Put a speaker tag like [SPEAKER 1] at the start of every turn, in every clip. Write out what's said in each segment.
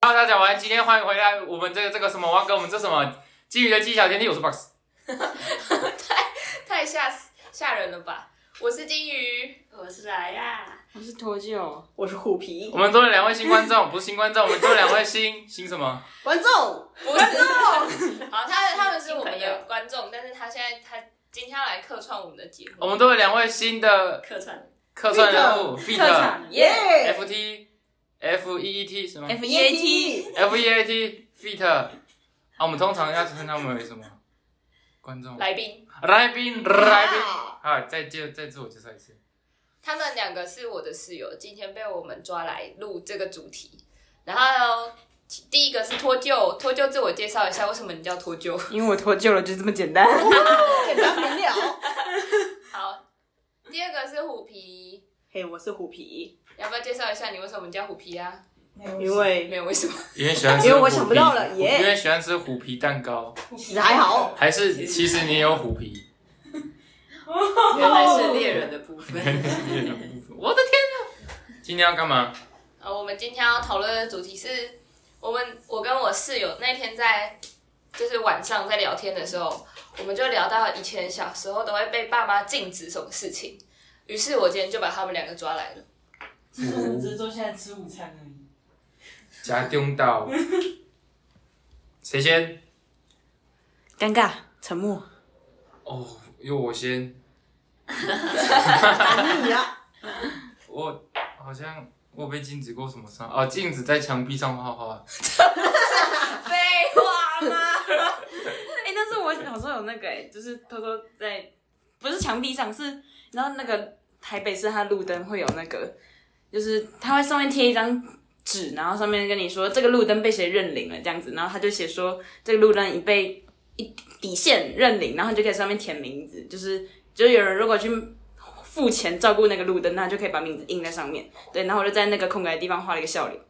[SPEAKER 1] 大家晚安，今天欢迎回来。我们这个这个什么，我要跟我们这什么基于的技巧天气，我是 Box。
[SPEAKER 2] 太吓死吓人了吧！我是金鱼，
[SPEAKER 3] 我是来呀，
[SPEAKER 4] 我是脱臼，
[SPEAKER 3] 我是虎皮
[SPEAKER 1] 我，们多了两位新观众，不是新观众，我们多了两位新新什么？
[SPEAKER 4] 观众
[SPEAKER 2] 不是。 好，他他们是我们
[SPEAKER 3] 新朋友
[SPEAKER 2] 的观众，但是他现在他今天要来客串我们的节目。
[SPEAKER 1] 我们多了两位新的
[SPEAKER 3] 客串
[SPEAKER 1] 客串人 物，Fit
[SPEAKER 4] 耶
[SPEAKER 1] F T F E E T 什么
[SPEAKER 4] F E A T
[SPEAKER 1] F E A T Fit 啊，我们通常要称他们为什么？观众
[SPEAKER 2] 来宾，
[SPEAKER 1] 来宾来宾，好，再介再自我介绍一次。
[SPEAKER 2] 他们两个是我的室友，今天被我们抓来录这个主题。然后呢第一个是脱臼，脱臼自我介绍一下，为什么你叫脱臼？
[SPEAKER 4] 因为我脱臼了，就这么简单，
[SPEAKER 3] 简单明了。
[SPEAKER 2] 好，第二个是虎皮，
[SPEAKER 3] 嘿，我是虎皮，
[SPEAKER 2] 要不要介绍一下你为什么叫虎皮啊？
[SPEAKER 3] 因为
[SPEAKER 2] 没有为什么，
[SPEAKER 1] 因为喜欢吃
[SPEAKER 3] 因为我
[SPEAKER 1] 虎
[SPEAKER 3] 想不
[SPEAKER 1] 皮
[SPEAKER 3] 到了耶
[SPEAKER 1] 因为喜欢吃虎皮蛋糕，
[SPEAKER 3] 死还好，
[SPEAKER 1] 还是其实你也有虎皮。
[SPEAKER 2] 原来
[SPEAKER 4] 哦
[SPEAKER 3] 是
[SPEAKER 2] 猎人的部分。
[SPEAKER 1] 我的天哪！今天要干嘛？
[SPEAKER 2] 呃，我们今天要讨论的主题是，我们我跟我室友那天在就是晚上在聊天的时候，我们就聊到以前小时候都会被爸妈禁止什么事情，于是我今天就把他们两个抓来了。
[SPEAKER 5] 就是很执着，现在吃午餐而已。
[SPEAKER 1] 夹丢到。谁先？
[SPEAKER 4] 尴尬，沉默，
[SPEAKER 1] 哦，由我先。
[SPEAKER 3] 打你啊！
[SPEAKER 1] 我好像我有被禁止过什么伤？哦，禁止在墙壁上画 画。
[SPEAKER 2] 废话吗？
[SPEAKER 4] 哎、但是我小时候有那个、哎，就是偷偷在，不是墙壁上，是你知道那个台北市它路灯会有那个，就是它会上面贴一张纸，然后上面跟你说这个路灯被谁认领了这样子，然后他就写说这个路灯已被一底线认领，然后你就可以上面填名字，就是就有人如果去。付钱照顾那个路灯，那他就可以把名字印在上面。对，然后我就在那个空白的地方画了一个笑脸。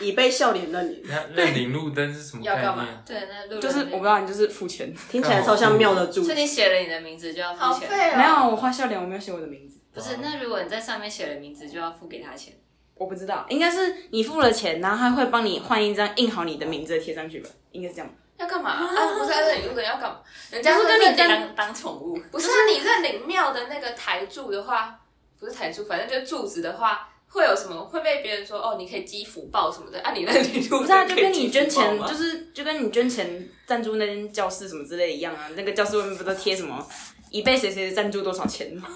[SPEAKER 3] 已被笑脸认领，
[SPEAKER 1] 那认领路灯是什么概
[SPEAKER 2] 要干
[SPEAKER 1] 念
[SPEAKER 2] 嘛？对，那录
[SPEAKER 4] 就是我不知道，你就是付钱。
[SPEAKER 3] 听起来超像妙的主
[SPEAKER 6] 所以你写了你的名字就要
[SPEAKER 2] 好
[SPEAKER 6] 付钱，
[SPEAKER 2] 废哦。
[SPEAKER 4] 没有，我画笑脸，我没有写我的名字。
[SPEAKER 6] 不是？那如果你在上面写了名字，就要付给他钱。
[SPEAKER 4] 我不知道，应该是你付了钱，然后他会帮你换一张印好你的名字的贴上去吧，应该是这样。
[SPEAKER 2] 要干嘛啊？不是在认领路灯要干嘛？人
[SPEAKER 6] 就
[SPEAKER 2] 家
[SPEAKER 6] 是
[SPEAKER 2] 说
[SPEAKER 6] 跟你
[SPEAKER 2] 认
[SPEAKER 6] 当当宠物，
[SPEAKER 2] 不是啊，你认领庙的那个台柱的话，不是台柱，反正就是柱子的话，会有什么会被别人说哦，你可以积福报什么的啊？你认领路
[SPEAKER 4] 不是啊，
[SPEAKER 2] 灯
[SPEAKER 4] 就
[SPEAKER 2] 可以
[SPEAKER 4] 跟
[SPEAKER 2] 积
[SPEAKER 4] 你
[SPEAKER 2] 福报吗，
[SPEAKER 4] 捐钱，就是就跟你捐钱赞助那间教室什么之类一样啊。那个教室外面不都贴什么已被谁谁赞助多少钱吗？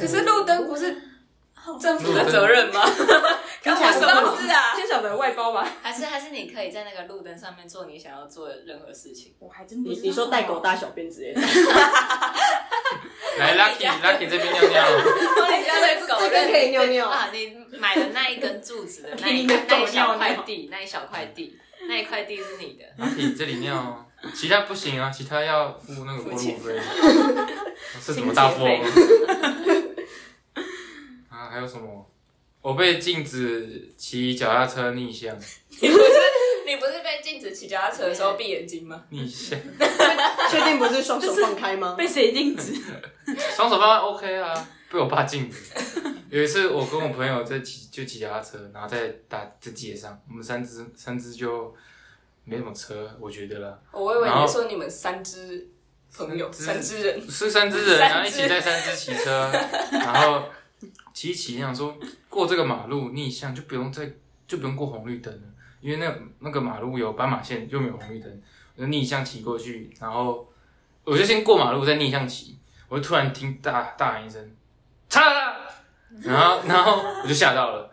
[SPEAKER 2] 可是路灯不是政府的责任吗？
[SPEAKER 3] 听起
[SPEAKER 2] 我
[SPEAKER 3] 来
[SPEAKER 2] 什
[SPEAKER 3] 是
[SPEAKER 2] 么事啊？
[SPEAKER 4] 先晓得外包吧。
[SPEAKER 6] 还是还是你可以在那个路灯上面做你想要做的任何事 情。
[SPEAKER 4] 我还真不
[SPEAKER 3] 你
[SPEAKER 4] 知道
[SPEAKER 3] 你说带狗搭小便之 类的，
[SPEAKER 1] 来，Lucky Lucky 这边尿尿。
[SPEAKER 6] 你
[SPEAKER 2] 家的狗
[SPEAKER 3] 这边可以尿尿，
[SPEAKER 6] 啊！你买的那一根柱子的那
[SPEAKER 4] 你
[SPEAKER 6] 一
[SPEAKER 4] 的狗
[SPEAKER 6] 那一小块地，那一小块地，那一块地是你的。
[SPEAKER 1] Lucky 这里尿哦，其他不行啊，其他要付那个过路费。 是什么大富翁？ 啊，还有什么？我被禁止骑脚踏车逆向，
[SPEAKER 2] 你不是被禁止骑脚踏车的时候闭眼睛吗？
[SPEAKER 1] 逆向，
[SPEAKER 3] 确定不是双手放开吗？
[SPEAKER 4] 被谁禁止？
[SPEAKER 1] 双手放开 OK 啊，被我爸禁止。有一次，我跟我朋友在骑，就骑脚踏车，然后在大在街上，我们三只三只就没什么车，我觉得啦，
[SPEAKER 2] 我以为
[SPEAKER 1] 然后
[SPEAKER 2] 你说你们三只朋友，
[SPEAKER 1] 三
[SPEAKER 2] 三
[SPEAKER 1] 只
[SPEAKER 2] 只人，
[SPEAKER 1] 是三只人，然后一
[SPEAKER 2] 三
[SPEAKER 1] 起
[SPEAKER 2] 只
[SPEAKER 1] 在三只骑车，然后骑一骑，想说过这个马路逆向就不用再就不用过红绿灯了，因为那那个马路有斑马线又没有红绿灯，我就逆向骑过去，然后我就先过马路再逆向骑，我就突然听大大喊一声“擦啦”，然后然后我就吓到了，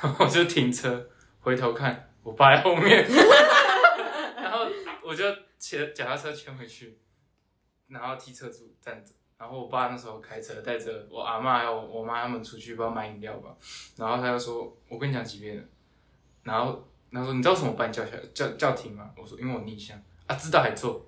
[SPEAKER 1] 然后我就停车回头看，我爸在后面， 然后我就骑脚踏车圈回去。然后踢车主站着，然后我爸那时候开车带着我阿妈还有我妈他们出去，不知道买饮料吧，然后他就说：“我跟你讲几遍了。”然后他说：“你知道为什么我把你叫下叫叫停吗？”我说：“因为我逆向啊，知道还做。”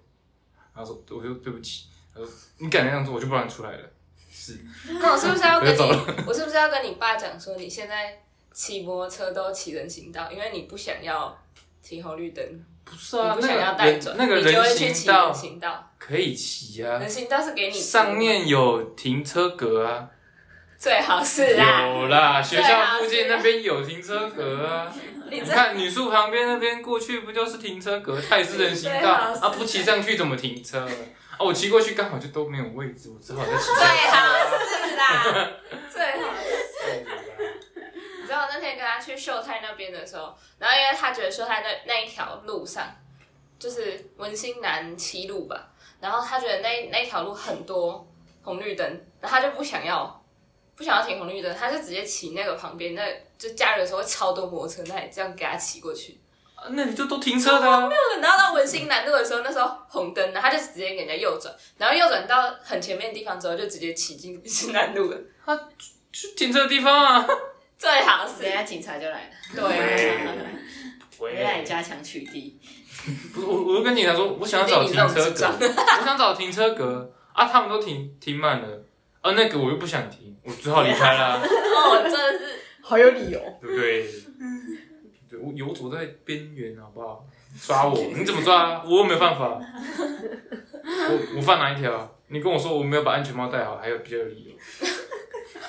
[SPEAKER 1] 然后说：“我就对不起。”他说：“你敢那样做，我就不让你出来了。”是，
[SPEAKER 2] 那我是不是要跟
[SPEAKER 1] 我就走
[SPEAKER 2] 你？我是不是要跟你爸讲说，你现在骑摩托车都骑人行道，因为你不想要停红绿灯，
[SPEAKER 1] 不是
[SPEAKER 2] 你不想
[SPEAKER 1] 那
[SPEAKER 2] 要
[SPEAKER 1] 个
[SPEAKER 2] 带
[SPEAKER 1] 人
[SPEAKER 2] 转，
[SPEAKER 1] 那个
[SPEAKER 2] 你就
[SPEAKER 1] 人
[SPEAKER 2] 会去骑
[SPEAKER 1] 行
[SPEAKER 2] 人
[SPEAKER 1] 道
[SPEAKER 2] 行道。
[SPEAKER 1] 可以骑啊
[SPEAKER 2] 人，行道是给你
[SPEAKER 1] 上面有停车格啊，
[SPEAKER 2] 最好是啦，
[SPEAKER 1] 有啦，学
[SPEAKER 2] 对
[SPEAKER 1] 校
[SPEAKER 2] 啊
[SPEAKER 1] 附近
[SPEAKER 2] 是
[SPEAKER 1] 那边有停车格啊，你看女宿旁边那边过去不就是停车格泰式人行道
[SPEAKER 6] 对好
[SPEAKER 1] 啊？不骑上去怎么停车？啊，我骑过去刚好就都没有位置，我只好再骑上
[SPEAKER 2] 最
[SPEAKER 1] 去。
[SPEAKER 2] 好是啦，最好。
[SPEAKER 1] 对啊
[SPEAKER 2] 你知道我那天跟他去秀泰那边的时候，然后因为他觉得秀泰那那一条路上就是文心南七路吧，然后他觉得那那一条路很多红绿灯，然后他就不想要不想要停红绿灯，他就直接骑那个旁边那就假日的时候会超多摩托车，那里这样给他骑过去。
[SPEAKER 1] 啊那你就都停车的啊。
[SPEAKER 2] 然后到文心南路的时候，那时候红灯，然后他就直接给人家右转，然后右转到很前面的地方之后，就直接骑进文心南路了。
[SPEAKER 1] 去停车的地方啊。
[SPEAKER 2] 最好是
[SPEAKER 6] 等一下警察就来了，
[SPEAKER 2] 对，
[SPEAKER 6] 回来你加强取缔。
[SPEAKER 1] 不是我，我就跟警察说，我想要找停车
[SPEAKER 2] 你这种
[SPEAKER 1] 格，我想找停车格啊，他们都停停满了，啊，那个我又不想停，我只好离开啦，
[SPEAKER 2] 哦，真的是
[SPEAKER 3] 好有理由。
[SPEAKER 1] 对不对？对，我游走在边缘，好不好？抓我，你怎么抓？我又没有办法。我我犯哪一条？你跟我说我没有把安全帽戴好，还有比较有理由。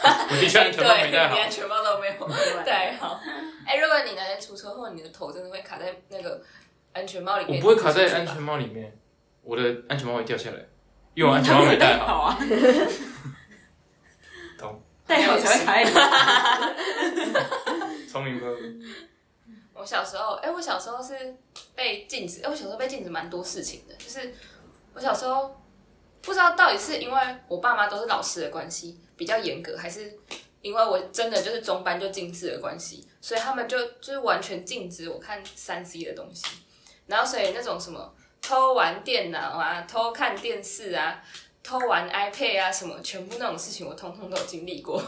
[SPEAKER 1] 我的确安全帽
[SPEAKER 2] 对，
[SPEAKER 1] 没戴
[SPEAKER 2] 连
[SPEAKER 1] 好，
[SPEAKER 2] 安全帽都没有。 对，好。哎、如果你那天出车祸，你的头真的会卡在那个安全帽里
[SPEAKER 1] 我
[SPEAKER 2] 面。
[SPEAKER 1] 不会卡在安全帽里面，我的安全帽会掉下来，因为我安全帽 没戴好。
[SPEAKER 4] 好啊，
[SPEAKER 1] 懂，
[SPEAKER 4] 戴好才会开你。
[SPEAKER 1] 聪明哥。
[SPEAKER 2] 我小时候，哎、我小时候是被禁止，哎、我小时候被禁止蛮多事情的，就是我小时候不知道到底是因为我爸妈都是老师的关系比较严格，还是因为我真的就是中班就近视的关系，所以他们就就是完全禁止我看三 C 的东西，然后所以那种什么偷玩电脑啊、偷看电视啊、偷玩 iPad 啊什么，全部那种事情我通通都有经历过。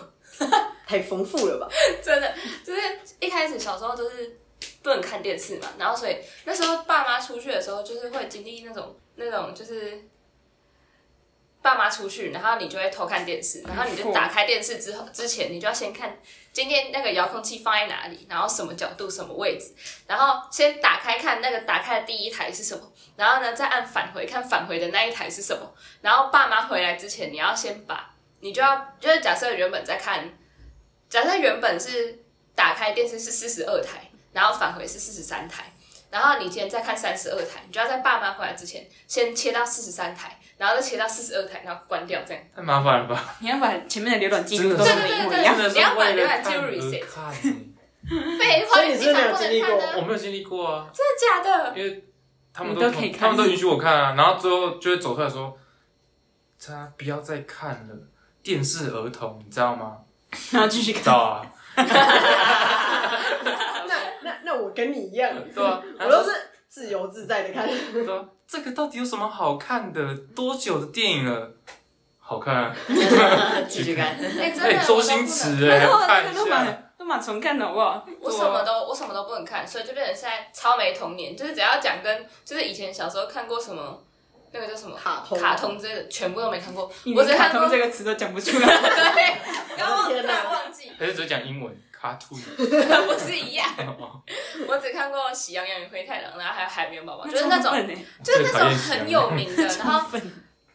[SPEAKER 3] 太丰富了吧？
[SPEAKER 2] 真的就是一开始小时候 就是不能看电视嘛，然后所以那时候爸妈出去的时候，就是会经历那种那种就是爸妈出去，然后你就会偷看电视，然后你就打开电视之后之前，你就要先看今天那个遥控器放在哪里，然后什么角度、什么位置，然后先打开看那个打开的第一台是什么，然后呢再按返回看返回的那一台是什么，然后爸妈回来之前，你要先把你就要就是假设原本在看。假设原本是打开电视是四十二台，然后返回是四十三台，然后你今天再看三十二台，你就要在爸妈回来之前先切到四十三台，然后再切到四十二台，然后关掉这 样。
[SPEAKER 1] 太麻烦了吧？
[SPEAKER 4] 你要把前面的浏览记录
[SPEAKER 1] 真的
[SPEAKER 4] 都
[SPEAKER 1] 是
[SPEAKER 4] 弄得一模一
[SPEAKER 2] 对
[SPEAKER 4] 样
[SPEAKER 2] 对。你要把浏览记录 reset
[SPEAKER 1] 看欸。
[SPEAKER 2] 废话，
[SPEAKER 3] 所以你
[SPEAKER 2] 平
[SPEAKER 3] 真的
[SPEAKER 2] 常
[SPEAKER 3] 有
[SPEAKER 2] 不
[SPEAKER 3] 经
[SPEAKER 2] 能
[SPEAKER 3] 历过
[SPEAKER 2] 看啊
[SPEAKER 1] 我？没有经历过啊，
[SPEAKER 2] 真的假的？
[SPEAKER 1] 因为他们
[SPEAKER 4] 你
[SPEAKER 1] 都
[SPEAKER 4] 都可以看
[SPEAKER 1] 他们都允许我看啊，然后最后就会走出来说，他不要再看了，电视儿童，你知道吗？
[SPEAKER 4] 然后继续
[SPEAKER 1] 知
[SPEAKER 4] 看。
[SPEAKER 1] 道啊，
[SPEAKER 3] 那 那那我跟你一样，
[SPEAKER 1] 对啊，
[SPEAKER 3] 我都是自由自在的看。
[SPEAKER 1] 对啊，这个到底有什么好看的？多久的电影了？好看、啊，
[SPEAKER 6] 继续看，
[SPEAKER 2] 哎、真的，
[SPEAKER 1] 哎、
[SPEAKER 2] 我都
[SPEAKER 1] 周
[SPEAKER 2] 不
[SPEAKER 1] 星
[SPEAKER 2] 能
[SPEAKER 1] 驰 哎、
[SPEAKER 4] 然后那
[SPEAKER 1] 看
[SPEAKER 4] 个
[SPEAKER 1] 一
[SPEAKER 4] 都
[SPEAKER 1] 下，
[SPEAKER 4] 蛮都蛮重看的好不好？
[SPEAKER 2] 我什么都我什么都不能看，所以就变成现在超没童年。就是只要讲跟就是以前小时候看过什么那个叫什么
[SPEAKER 3] 卡通
[SPEAKER 2] 卡通之类的，全部都没看过。
[SPEAKER 4] 你
[SPEAKER 2] 我
[SPEAKER 4] 连
[SPEAKER 2] 只
[SPEAKER 4] 卡
[SPEAKER 2] 看过
[SPEAKER 4] 通这个词都讲不出 来。
[SPEAKER 2] 对，然后
[SPEAKER 3] 天哪
[SPEAKER 2] 然忘记。
[SPEAKER 1] 还是只讲英文，cartoon，
[SPEAKER 2] 不是一样。我只看过《喜羊羊与灰太狼》，然后还有《海绵宝宝》，就是那
[SPEAKER 4] 那
[SPEAKER 2] 种，就是那种很有名的，然后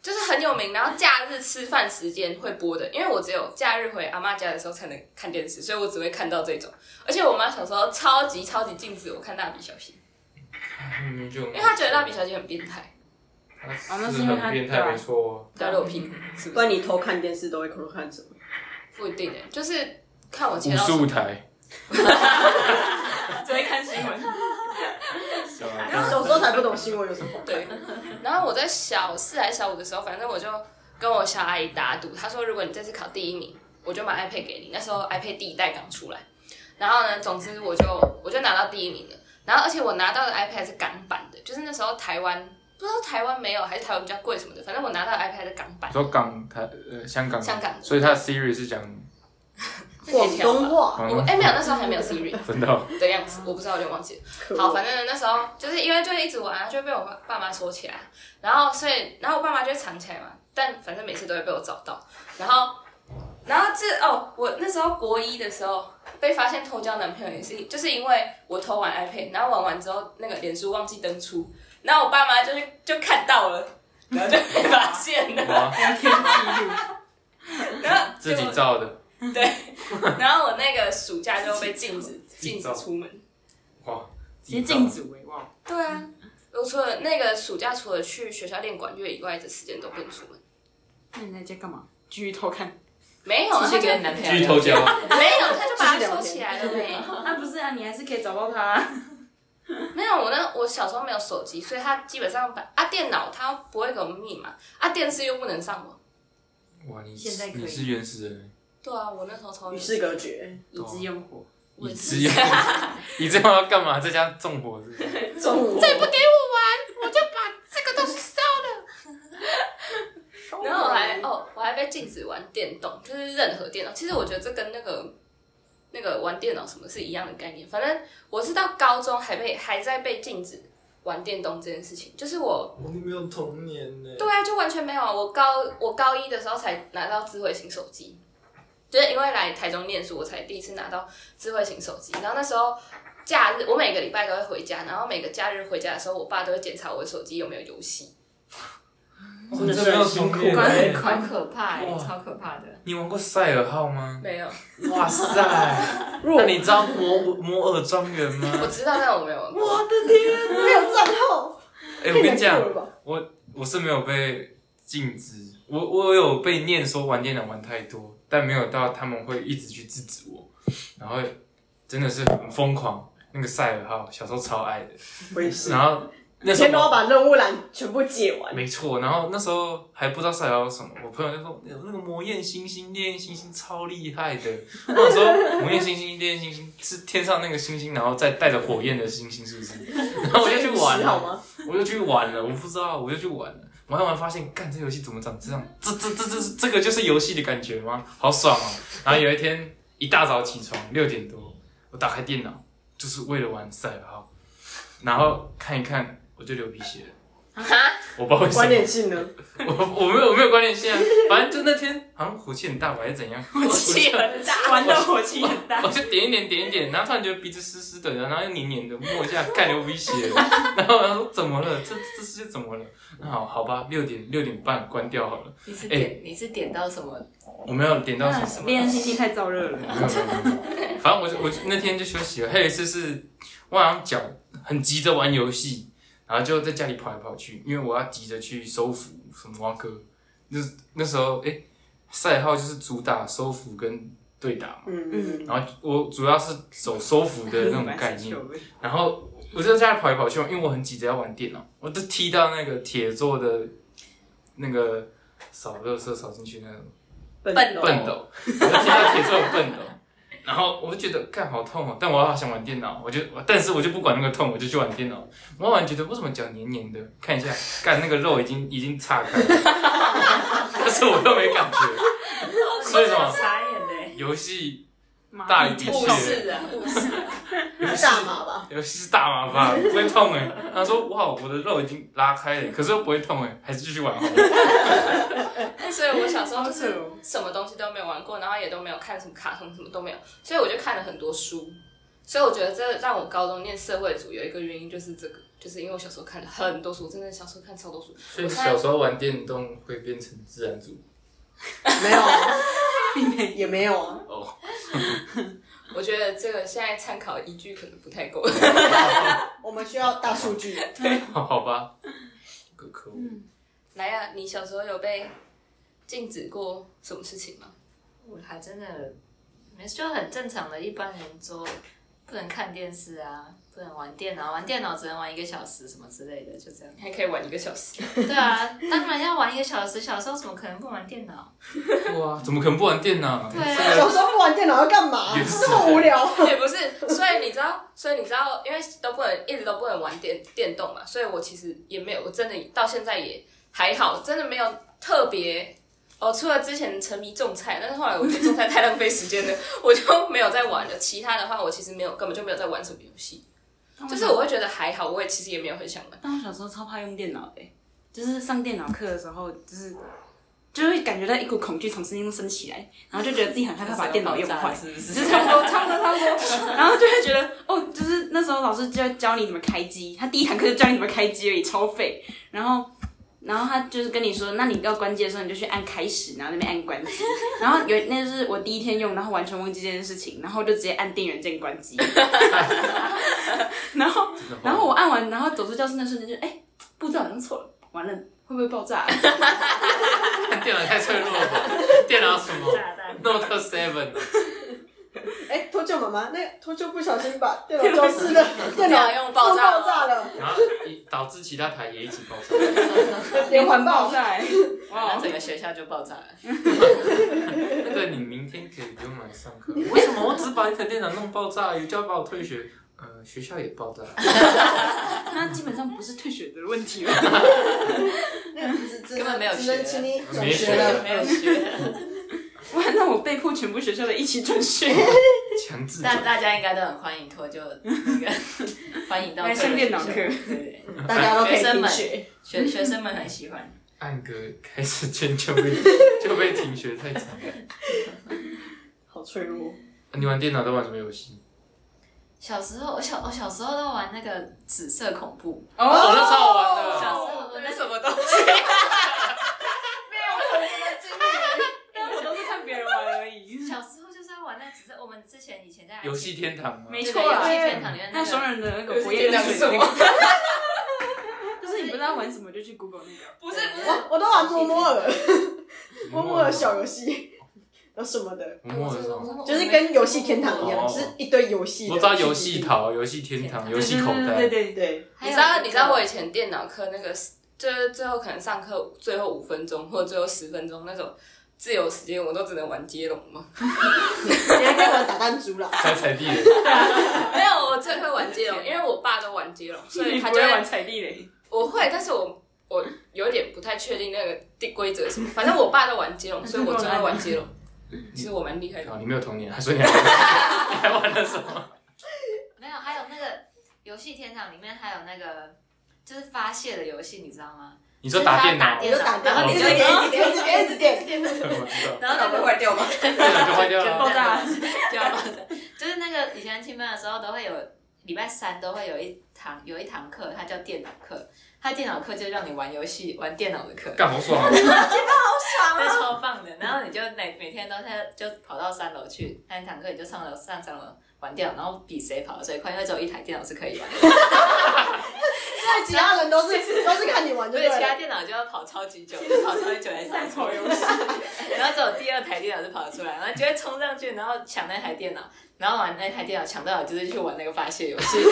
[SPEAKER 2] 就是很有名，然后假日吃饭时间会播的。因为我只有假日回阿妈家的时候才能看电视，所以我只会看到这种。而且我妈小时候超级超级禁止我看《蜡笔小新》，
[SPEAKER 1] 嗯就
[SPEAKER 2] 因为她觉得《蜡笔小新》很变态，
[SPEAKER 1] 他是很变态，没错，
[SPEAKER 2] 要露屁股，是
[SPEAKER 3] 不
[SPEAKER 2] 不
[SPEAKER 3] 然
[SPEAKER 2] 是？
[SPEAKER 3] 你偷看电视都会偷看什么？
[SPEAKER 2] 不一定的，就是看我
[SPEAKER 1] 五
[SPEAKER 2] 切到
[SPEAKER 1] 十
[SPEAKER 2] 什么
[SPEAKER 1] 五台，
[SPEAKER 4] 只会看新闻。
[SPEAKER 1] 小孩
[SPEAKER 3] 小时候才不懂新闻有什么好看。
[SPEAKER 2] 对，然后我在小四还是小五的时候，反正我就跟我小阿姨打赌，她说如果你这次考第一名，我就买 iPad 给你。那时候 iPad 第一代刚出来，然后呢，总之我就我就拿到第一名了。然后而且我拿到的 iPad 是港版的，就是那时候台湾不知道台湾没有还是台湾比较贵什么的，反正我拿到的 iPad 是港版
[SPEAKER 1] 你，说港台呃香港，
[SPEAKER 2] 香港的
[SPEAKER 1] 所以他的 Siri 是讲
[SPEAKER 3] 广东话，
[SPEAKER 1] 广
[SPEAKER 2] 我
[SPEAKER 1] 东
[SPEAKER 2] 哎、没有，那时候还没有 Siri
[SPEAKER 1] 真的哦，
[SPEAKER 2] 的样子，我不知道，我有点忘记了。
[SPEAKER 3] 可恶
[SPEAKER 2] 好，反正那时候就是因为就一直玩啊，就被我爸爸妈锁起来，然后所以然后我爸妈就会藏起来嘛，但反正每次都会被我找到，然后然后这哦，我那时候国一的时候被发现偷交男朋友也是，就是因为我偷玩 iPad，然后玩完之后那个脸书忘记登出，然后我爸妈就是就看到了，然后就被发现了，
[SPEAKER 1] 哇，
[SPEAKER 2] 然后
[SPEAKER 1] 自己
[SPEAKER 2] 结果
[SPEAKER 1] 造的，
[SPEAKER 2] 对，然后我那个暑假就被禁止禁止出门，
[SPEAKER 1] 哇，
[SPEAKER 4] 直接禁足哎，哇！
[SPEAKER 2] 对啊，我除了那个暑假，除了去学校练管乐以外的时间都不能出门。
[SPEAKER 4] 那你在家干嘛？继续偷看？
[SPEAKER 2] 没有，啊，他就没
[SPEAKER 6] 男朋
[SPEAKER 1] 继续偷交，
[SPEAKER 2] 有，他就把它
[SPEAKER 3] 继续聊
[SPEAKER 2] 收
[SPEAKER 3] 天
[SPEAKER 2] 起来了 没。
[SPEAKER 4] 那不是啊，你还是可以找到他。
[SPEAKER 2] 没有，我那我小时候没有手机，所以他基本上把啊电脑他不会给我们密码，啊电视又不能上网。
[SPEAKER 1] 哇，你
[SPEAKER 6] 现在可以
[SPEAKER 1] 你是原始人，
[SPEAKER 2] 对啊，我那时候超
[SPEAKER 3] 与世隔绝，
[SPEAKER 4] 以之用火，
[SPEAKER 2] 我
[SPEAKER 1] 你
[SPEAKER 2] 也
[SPEAKER 1] 只
[SPEAKER 2] 是
[SPEAKER 1] 有 你这样要干嘛？在家纵火是不是？
[SPEAKER 3] 中午
[SPEAKER 2] 再不给我玩，我就把这个东西烧了。然后我还 哦，我还被禁止玩电动，就是任何电脑。其实我觉得这跟那个那个玩电脑什么是一样的概念。反正我是到高中还被还在被禁止玩电动这件事情，就是我
[SPEAKER 7] 我们没有童年呢。
[SPEAKER 2] 对啊，就完全没有啊！我高我高一的时候才拿到智慧型手机，就是因为来台中念书，我才第一次拿到智慧型手机。然后那时候假日，我每个礼拜都会回家，然后每个假日回家的时候，我爸都会检查我的手机有没有游戏。
[SPEAKER 7] 真的没有童 年
[SPEAKER 4] 果然很
[SPEAKER 7] 呢。
[SPEAKER 4] 快
[SPEAKER 6] 好可怕欸
[SPEAKER 1] 哇
[SPEAKER 6] 超可怕的。
[SPEAKER 1] 你玩过赛尔号吗？
[SPEAKER 2] 没有，
[SPEAKER 1] 哇塞！那你知道摩摩尔庄园吗？
[SPEAKER 2] 我知道，但我没有玩 过。
[SPEAKER 3] 我的天，没有账号，
[SPEAKER 1] 哎、我跟你
[SPEAKER 3] 太难
[SPEAKER 1] 讲
[SPEAKER 3] 过，了吧，
[SPEAKER 1] 我是没有被禁止，我我有被念说玩电脑玩太多，但没有到他们会一直去制止我，然后真的是很疯狂。那个赛尔号小时候超爱的，
[SPEAKER 3] 我也是，
[SPEAKER 1] 然后那
[SPEAKER 3] 每
[SPEAKER 1] 时
[SPEAKER 3] 天都要
[SPEAKER 1] 候
[SPEAKER 3] 把任务栏全部解完，
[SPEAKER 1] 没错，然后那时候还不知道赛尔号是什么，我朋友就说那个魔焰星星、烈焰星星超厉害 的。我想说魔焰星星、烈焰星星是天上那个星星，然后再带着火焰的星星是不是？然后我就去玩啊
[SPEAKER 3] 好吗？
[SPEAKER 1] 我就去玩了，我不知道，我就去玩了。玩一玩发现，干这游戏怎么长这样？这这这这这个就是游戏的感觉吗？好爽哦！然后有一天一大早起床六点多，我打开电脑就是为了玩赛尔号，然后看一看我就流鼻血了。
[SPEAKER 4] 啊
[SPEAKER 1] 我不知道为什
[SPEAKER 3] 关
[SPEAKER 1] 么，
[SPEAKER 3] 联性呢？
[SPEAKER 1] 我我没有我没有关联性啊，反正就那天好像火气很大吧，还是怎样，
[SPEAKER 4] 火气 很大，玩到火气很大
[SPEAKER 1] 我。就点一点点一点，然后突然觉得鼻子湿湿的，然后又黏黏的，摸一下，干流鼻血了。然后他说怎么了？这这世界怎么了？那好好吧，六点六点半关掉好了。
[SPEAKER 6] 你是点你是点到什么？
[SPEAKER 1] 我没有点到什么，
[SPEAKER 4] 恋人星星太燥热 了，
[SPEAKER 1] 没有没有没有。反正我就我就那天就休息了。还有一次是我好像脚很急着玩游戏，然后就在家里跑来跑去，因为我要急着去收服什么蛙哥。那那时候哎，赛、号就是主打收服跟对打嘛，
[SPEAKER 3] 嗯，
[SPEAKER 1] 然后我主要是走收服的 那种概念。
[SPEAKER 4] 欸
[SPEAKER 1] 然后我就在家里跑来跑去，因为我很急着要玩电脑，我就踢到那个铁做的那个扫热色扫进去那种
[SPEAKER 3] 笨
[SPEAKER 2] 斗
[SPEAKER 1] 笨斗，我就踢到铁做的笨斗。 然后我就觉得干好痛哦，但我好想玩电脑，我就但是我就不管那个痛，我就去玩电脑。我玩觉得为什么脚黏黏的？看一下，干那个肉已经已经岔开了， 但是我又没感觉，所以什么
[SPEAKER 6] 傻眼的。
[SPEAKER 1] 游戏大
[SPEAKER 4] 大
[SPEAKER 1] 于一
[SPEAKER 2] 不
[SPEAKER 1] 切。
[SPEAKER 2] 是啊，
[SPEAKER 3] 大麻吧，
[SPEAKER 1] 尤其是大麻烦，不会痛哎、他说哇，我的肉已经拉开了，可是又不会痛哎、还是继续玩好了。
[SPEAKER 2] 所以我小时候就
[SPEAKER 4] 啊好
[SPEAKER 2] 是
[SPEAKER 4] 扯哦
[SPEAKER 2] 什么东西都没有玩过，然后也都没有看什么卡通，什么都没有，所以我就看了很多书。所以我觉得这让我高中念社会组有一个原因就是这个，就是因为我小时候看了很多书，真的小时候看超多书。
[SPEAKER 1] 所以小时候玩电动会变成自然组
[SPEAKER 3] 没 有啊，也没有啊，
[SPEAKER 1] 哦，
[SPEAKER 2] 我觉得这个现在参考依据可能不太够。
[SPEAKER 3] 我们需要大数据，
[SPEAKER 1] 好吧，可可恶。
[SPEAKER 2] 来呀、你小时候有被禁止过什么事情吗？
[SPEAKER 6] 我还真的，没事就很正常的，一般人说不能看电视啊，不能玩电脑，玩电脑只能玩一个小时什么之类的，就这样。
[SPEAKER 2] 你还可以玩一个小 时，
[SPEAKER 6] 对啊，当然要玩一个小时，小时候怎么可能不玩电脑？
[SPEAKER 1] 哇，怎么可能不玩电脑？
[SPEAKER 6] 对啊
[SPEAKER 1] 这
[SPEAKER 3] 小
[SPEAKER 1] 个
[SPEAKER 3] 时候不玩电脑要干嘛？
[SPEAKER 1] 也是
[SPEAKER 3] 这么无聊，
[SPEAKER 2] 也不是。所以你知道，所以你知道，因为都不能一直都不能玩电电动嘛，所以我其实也没有，我真的到现在也还好，真的没有特别。哦，除了之前沉迷种菜，但是后来我觉得种菜太浪费时间了， 我就没有再玩了。其他的话，我其实没有根本就没有在玩什么游戏，就是我会觉得还好，我也其实也没有很想玩。
[SPEAKER 4] 但我小时候超怕用电脑的欸、就是上电脑课的时候，就是就会感觉到一股恐惧从身上升起来，然后就觉得自己很害怕把电脑用 坏，
[SPEAKER 6] 是不？
[SPEAKER 4] 就是是差不多，差不多，差不 多，然后就会觉得哦，就是那时候老师就教你怎么开机，他第一堂课就教你怎么开机而已，超废。然后然后他就是跟你说，那你要关机的时候，你就去按开始，然后那边按 关机。然后有那就是我第一天用，然后完全忘记这件事情，然后就直接按电源键关机。 然后然后我按完，然后走出教室那瞬间就，哎、步骤好像错了，完了会不会爆炸？
[SPEAKER 1] 电脑太脆弱了吧，电脑什 么
[SPEAKER 6] 炸弹
[SPEAKER 1] Note Seven，
[SPEAKER 3] 哎，脱臼妈妈，那脱臼不小心把 电脑教室的电脑
[SPEAKER 2] 啊用爆炸
[SPEAKER 3] 爆炸了，
[SPEAKER 1] 然后一导致其他台也一起爆炸。
[SPEAKER 3] 连 环爆。
[SPEAKER 4] 炸、欸！哇
[SPEAKER 6] 那，整个学校就爆炸了。
[SPEAKER 1] 那个你明天可以不用来上课。为什么我只把你台电脑弄爆炸，有叫把我退学？呃，学校也爆炸。
[SPEAKER 4] 那基本上不是退学的问题了。
[SPEAKER 3] 那只只
[SPEAKER 6] 根本没有
[SPEAKER 3] 只能
[SPEAKER 6] 学
[SPEAKER 3] 请你转
[SPEAKER 1] 没
[SPEAKER 3] 学
[SPEAKER 1] 学
[SPEAKER 3] 了，
[SPEAKER 6] 没有学，
[SPEAKER 4] 哇，那我被迫全部学校的一起转学，
[SPEAKER 1] 强制
[SPEAKER 6] 但
[SPEAKER 1] 转
[SPEAKER 6] 大家应该都很欢迎脱臼，那个欢迎到
[SPEAKER 4] 来上电脑课。
[SPEAKER 6] 对，
[SPEAKER 1] 哎
[SPEAKER 3] 大家都可以
[SPEAKER 6] 学生
[SPEAKER 3] 停
[SPEAKER 6] 们
[SPEAKER 3] 学。
[SPEAKER 6] 学学生们很喜欢。
[SPEAKER 1] 按个开始键就被 就被停学，太惨了。
[SPEAKER 3] 好脆弱，
[SPEAKER 1] 你玩电脑都玩什么游戏？
[SPEAKER 6] 小时候，我小我小时候都玩那个紫色恐怖，
[SPEAKER 1] 哦，那超好玩的。
[SPEAKER 6] 小时候 我那
[SPEAKER 2] 什么东西？
[SPEAKER 4] 但我都是看别人玩而已。
[SPEAKER 6] 小时候就是要玩那紫色。我们之前以前在
[SPEAKER 1] 游戏天堂吗？
[SPEAKER 4] 哎没
[SPEAKER 6] 对
[SPEAKER 4] 错
[SPEAKER 6] 游
[SPEAKER 4] 啦
[SPEAKER 6] 戏，天堂里面
[SPEAKER 4] 那
[SPEAKER 6] 那
[SPEAKER 4] 双
[SPEAKER 6] 个
[SPEAKER 4] 人的那个火焰热水那个， 就是你不知道玩什么就去 Google 那个。
[SPEAKER 2] 不是不是，
[SPEAKER 3] 我我都玩摸摸耳，摸摸耳小游戏， 有什么的，
[SPEAKER 1] 默默的时候，
[SPEAKER 3] 就是跟游戏天堂一样，
[SPEAKER 1] 哦
[SPEAKER 3] 是一堆游戏的。
[SPEAKER 1] 我知道游戏桃、游戏天堂、游戏口
[SPEAKER 4] 对
[SPEAKER 1] 袋，
[SPEAKER 4] 对对，
[SPEAKER 3] 对，
[SPEAKER 6] 还
[SPEAKER 2] 你
[SPEAKER 6] 有
[SPEAKER 2] 知
[SPEAKER 6] 那
[SPEAKER 2] 道
[SPEAKER 6] 个
[SPEAKER 2] 你知道我以前电脑课那个，就是最后可能上课最后五分钟或者最后十分钟那种自由时间，我都只能玩接龙吗？
[SPEAKER 3] 你还可以玩打弹 珠啦。
[SPEAKER 1] 才踩地雷。
[SPEAKER 2] 没有，我最会玩接 龙，因为我爸都玩接 龙，所
[SPEAKER 4] 所以
[SPEAKER 2] 以
[SPEAKER 4] 他
[SPEAKER 2] 他
[SPEAKER 4] 就
[SPEAKER 2] 就会
[SPEAKER 4] 会玩踩地雷。
[SPEAKER 2] 我会，但是我我有点不太确定那个定规则是什么。反正我爸都玩接龙，所以我最会玩接龙。
[SPEAKER 1] 嗯
[SPEAKER 2] 其实我蛮厉害
[SPEAKER 1] 好，
[SPEAKER 2] 的。
[SPEAKER 1] 你没有童年，所以你还你还玩了什么？
[SPEAKER 6] 没有，还有那个游戏天堂里面还有那个就是发泄的游戏，你知道吗？
[SPEAKER 1] 你说打电脑
[SPEAKER 6] 打，
[SPEAKER 3] 你
[SPEAKER 6] 电
[SPEAKER 3] 就
[SPEAKER 6] 脑，
[SPEAKER 3] 打
[SPEAKER 6] 然
[SPEAKER 3] 掉，
[SPEAKER 6] 后你
[SPEAKER 3] 一
[SPEAKER 6] 就
[SPEAKER 3] 直
[SPEAKER 6] 一
[SPEAKER 3] 点，
[SPEAKER 6] 直
[SPEAKER 3] 一直点，一直点，一直点。
[SPEAKER 1] 我知道，
[SPEAKER 6] 然后那个
[SPEAKER 2] 坏掉吗？
[SPEAKER 1] 电脑就坏掉了。
[SPEAKER 4] 爆 炸
[SPEAKER 6] 就要爆炸就是那个以前听班的时候都会有，礼拜三都会有一堂有一堂课，它叫电脑课。它电脑课就让你玩游戏、玩电脑的课，
[SPEAKER 1] 干好爽啊！
[SPEAKER 6] 那超棒啊的。然后你就每每天都在就跑到三楼去，那一堂课你就上楼上三楼玩电脑，然后比谁跑得最快，因为只有一台电脑是可以玩的，
[SPEAKER 3] 那其他人都是 都是看你玩就
[SPEAKER 6] 所
[SPEAKER 3] 对
[SPEAKER 6] 以其他
[SPEAKER 3] 了。
[SPEAKER 6] 电脑就要跑超级久，就跑超级久才上手游戏。 然后只有第二台电脑是跑得出来，然后就会冲上去，然后抢那台电脑，然后玩那台电脑抢到了就是去玩那个发泄游戏，一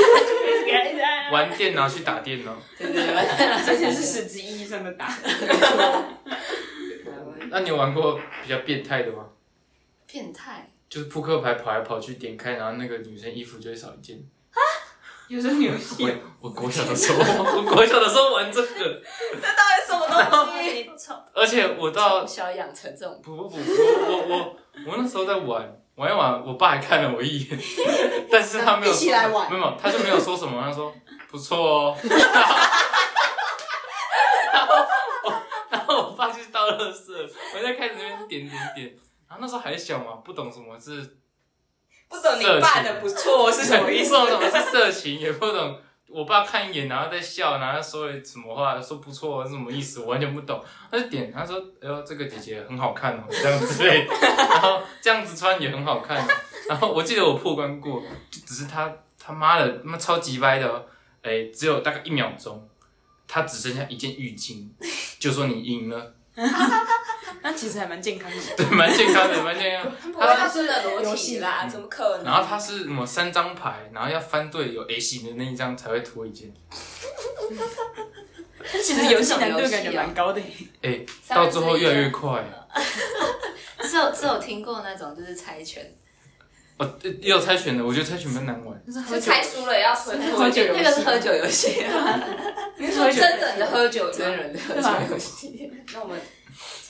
[SPEAKER 6] 直给他一直按按按
[SPEAKER 1] 玩电脑去打电脑，
[SPEAKER 6] 对对对，
[SPEAKER 4] 而且是实质意义上的打。
[SPEAKER 1] 那你有玩过比较变态的吗？
[SPEAKER 6] 变态，
[SPEAKER 1] 就是扑克牌跑来跑去，点开然后那个女生衣服就会少一件。
[SPEAKER 4] 有这种游戏
[SPEAKER 1] 我，我国小的时候，我国小的时候玩这个，
[SPEAKER 2] 什么东西？
[SPEAKER 6] 你从
[SPEAKER 1] 而且我到
[SPEAKER 6] 从小养成这种，
[SPEAKER 1] 不不不，我我我我那时候在玩玩一玩，我爸还看了我一眼， 但是他没有
[SPEAKER 3] 一起来玩
[SPEAKER 1] 没有，没有他就没有说什么，他说不错哦。 然后我然后我爸就去倒垃圾，我在开始那边点点点，然后那时候还小嘛，不懂什么是
[SPEAKER 2] 不懂你爸的不错是什么意思？
[SPEAKER 1] 不懂是色情，也不懂。我爸看一眼，然后再笑，然后说了什么话，说不错是什么意思，我完全不懂。他就点，他说：“哎呦，这个姐姐很好看哦，这样之类的。”然后这样子穿也很好看。哦然后我记得我破关过，就只是他他妈的他妈超级歪的、哦，哎，只有大概一秒钟，他只剩下一件浴巾，就说你赢了，
[SPEAKER 4] 那其实还蛮健康的。
[SPEAKER 1] 对，蛮健康的，蛮健康。
[SPEAKER 2] 不会是的裸体啦，怎么可能？
[SPEAKER 1] 嗯然后他是什么三张牌，然后要翻对有 A 型的那一张才会脱一件。
[SPEAKER 4] 其实游戏难度感觉蛮高的耶。
[SPEAKER 1] 哎、
[SPEAKER 2] 啊
[SPEAKER 1] 到最后越来越快。
[SPEAKER 6] 只有只有听过那种就是猜拳，
[SPEAKER 1] 哦，对也有猜拳的，我觉得猜拳蛮难玩。
[SPEAKER 2] 是猜输了要存
[SPEAKER 1] 嗯
[SPEAKER 4] 喝
[SPEAKER 2] 脱
[SPEAKER 4] 酒游
[SPEAKER 6] 那
[SPEAKER 4] 戏
[SPEAKER 6] 个是喝酒游戏，
[SPEAKER 2] 你说真人的喝酒
[SPEAKER 6] 真
[SPEAKER 2] 吗？
[SPEAKER 6] 人的喝酒游戏，
[SPEAKER 2] 那我们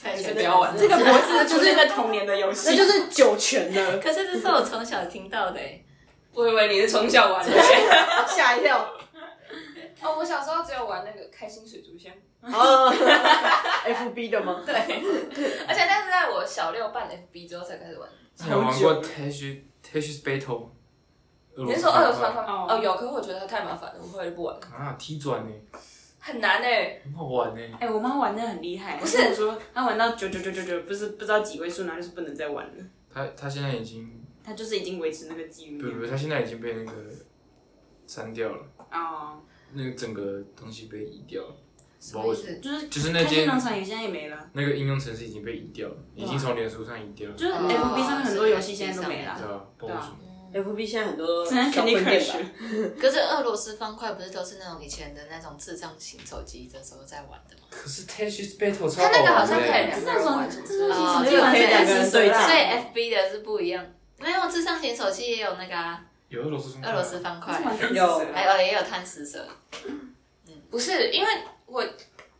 [SPEAKER 6] 猜拳不要 玩。
[SPEAKER 4] 这个脖子就是个童年的游戏，
[SPEAKER 3] 那就是九泉了，
[SPEAKER 6] 可是这是我从小听到的欸，
[SPEAKER 2] 我以为你是从小玩的。
[SPEAKER 3] 吓一跳。
[SPEAKER 2] 哦，我小时候只有玩那个开心水族箱，
[SPEAKER 3] 哦 ，FB 的吗？
[SPEAKER 2] 对，而且那是在我小六办 FB 之后才开始玩。
[SPEAKER 1] 你有玩过 Tetris Tetris Battle？
[SPEAKER 2] 你是说
[SPEAKER 1] 俄
[SPEAKER 2] 二有
[SPEAKER 1] 罗斯
[SPEAKER 2] 方
[SPEAKER 1] 方
[SPEAKER 2] 方？
[SPEAKER 4] 哦
[SPEAKER 2] 哦，有，可是我觉得它太麻烦了，我后来就不玩了。
[SPEAKER 1] 啊，踢转呢、
[SPEAKER 2] 很难哎，
[SPEAKER 1] 很好玩哎、
[SPEAKER 4] 哎、我妈玩的很厉害，
[SPEAKER 2] 不是
[SPEAKER 4] 她跟我说她玩到九九九九九，不是不知道几位数，然后就是不能再玩了。
[SPEAKER 1] 他他现在已经
[SPEAKER 4] 她就是已经维持那个记
[SPEAKER 1] 不
[SPEAKER 4] 录
[SPEAKER 1] 不
[SPEAKER 4] 量
[SPEAKER 1] 不，他现在已经被那个删掉了，
[SPEAKER 4] 哦，
[SPEAKER 1] 那个整个东西被移掉了，
[SPEAKER 2] 什么意思？
[SPEAKER 4] 就是
[SPEAKER 1] 就是那
[SPEAKER 4] 开心
[SPEAKER 1] 间
[SPEAKER 4] 农场也现在也没了，
[SPEAKER 1] 那个应用程式已经被移掉了，已经从脸书上移掉了，
[SPEAKER 4] 就是 F B 上面很多游戏现在都没了，
[SPEAKER 1] 对啊，不好说。
[SPEAKER 3] FB 现在很多
[SPEAKER 4] 只能
[SPEAKER 3] 小
[SPEAKER 4] Candy
[SPEAKER 3] 混店
[SPEAKER 4] Crush
[SPEAKER 3] 吧。。
[SPEAKER 6] 可是俄罗斯方块不是都是那种以前的那种智障型手机的时候在玩的吗？
[SPEAKER 1] 可是 Tetris Battle 超
[SPEAKER 2] 他那个好
[SPEAKER 1] 玩
[SPEAKER 2] 像
[SPEAKER 1] 的
[SPEAKER 2] 可以
[SPEAKER 3] 哎
[SPEAKER 1] 欸
[SPEAKER 2] 哎两个人玩，是不是？
[SPEAKER 6] 哦
[SPEAKER 3] 这个可以两个人对
[SPEAKER 4] 啊
[SPEAKER 3] 战
[SPEAKER 6] 所以 FB 的是不一样。没有智障型手机也有那个啊，
[SPEAKER 1] 有俄罗斯方块
[SPEAKER 6] 俄罗斯方
[SPEAKER 4] 啊
[SPEAKER 6] 块，
[SPEAKER 3] 有
[SPEAKER 4] 嗯哎
[SPEAKER 6] 还有也有贪食蛇。
[SPEAKER 2] 不是，因为我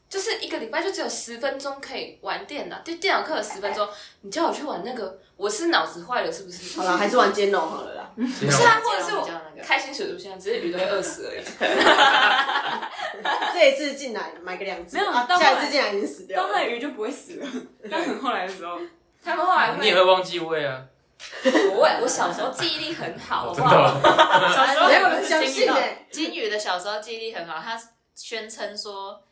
[SPEAKER 2] 就是一个礼拜就只有十分钟可以玩电脑，就电脑课有十分钟，你叫我去玩那个，我是脑子坏了是不是？
[SPEAKER 3] 好了，还是玩兼容好了啦。
[SPEAKER 1] 不
[SPEAKER 2] 是啊，或者是
[SPEAKER 6] 比较那
[SPEAKER 2] 我
[SPEAKER 6] 个
[SPEAKER 2] 开心水族箱，只是鱼都会饿死而已。
[SPEAKER 3] 这一次进来买个两只，
[SPEAKER 4] 没有
[SPEAKER 3] 啊
[SPEAKER 4] 到后来
[SPEAKER 3] 下一次进来已经死掉
[SPEAKER 4] 到后来
[SPEAKER 3] 了。
[SPEAKER 4] 鱼就不会死 了，到很后来的时候，
[SPEAKER 2] 他们后来
[SPEAKER 1] 你也
[SPEAKER 2] 会，
[SPEAKER 1] 会忘记位啊？
[SPEAKER 2] 我我小时候记忆力很好，好
[SPEAKER 1] 哦
[SPEAKER 2] 不
[SPEAKER 1] 真的
[SPEAKER 2] 好？
[SPEAKER 1] 哦，
[SPEAKER 4] 小时候
[SPEAKER 3] 没有人相信
[SPEAKER 4] 的，
[SPEAKER 3] 哎，
[SPEAKER 6] 金鱼的小时候记忆力很好，他宣称说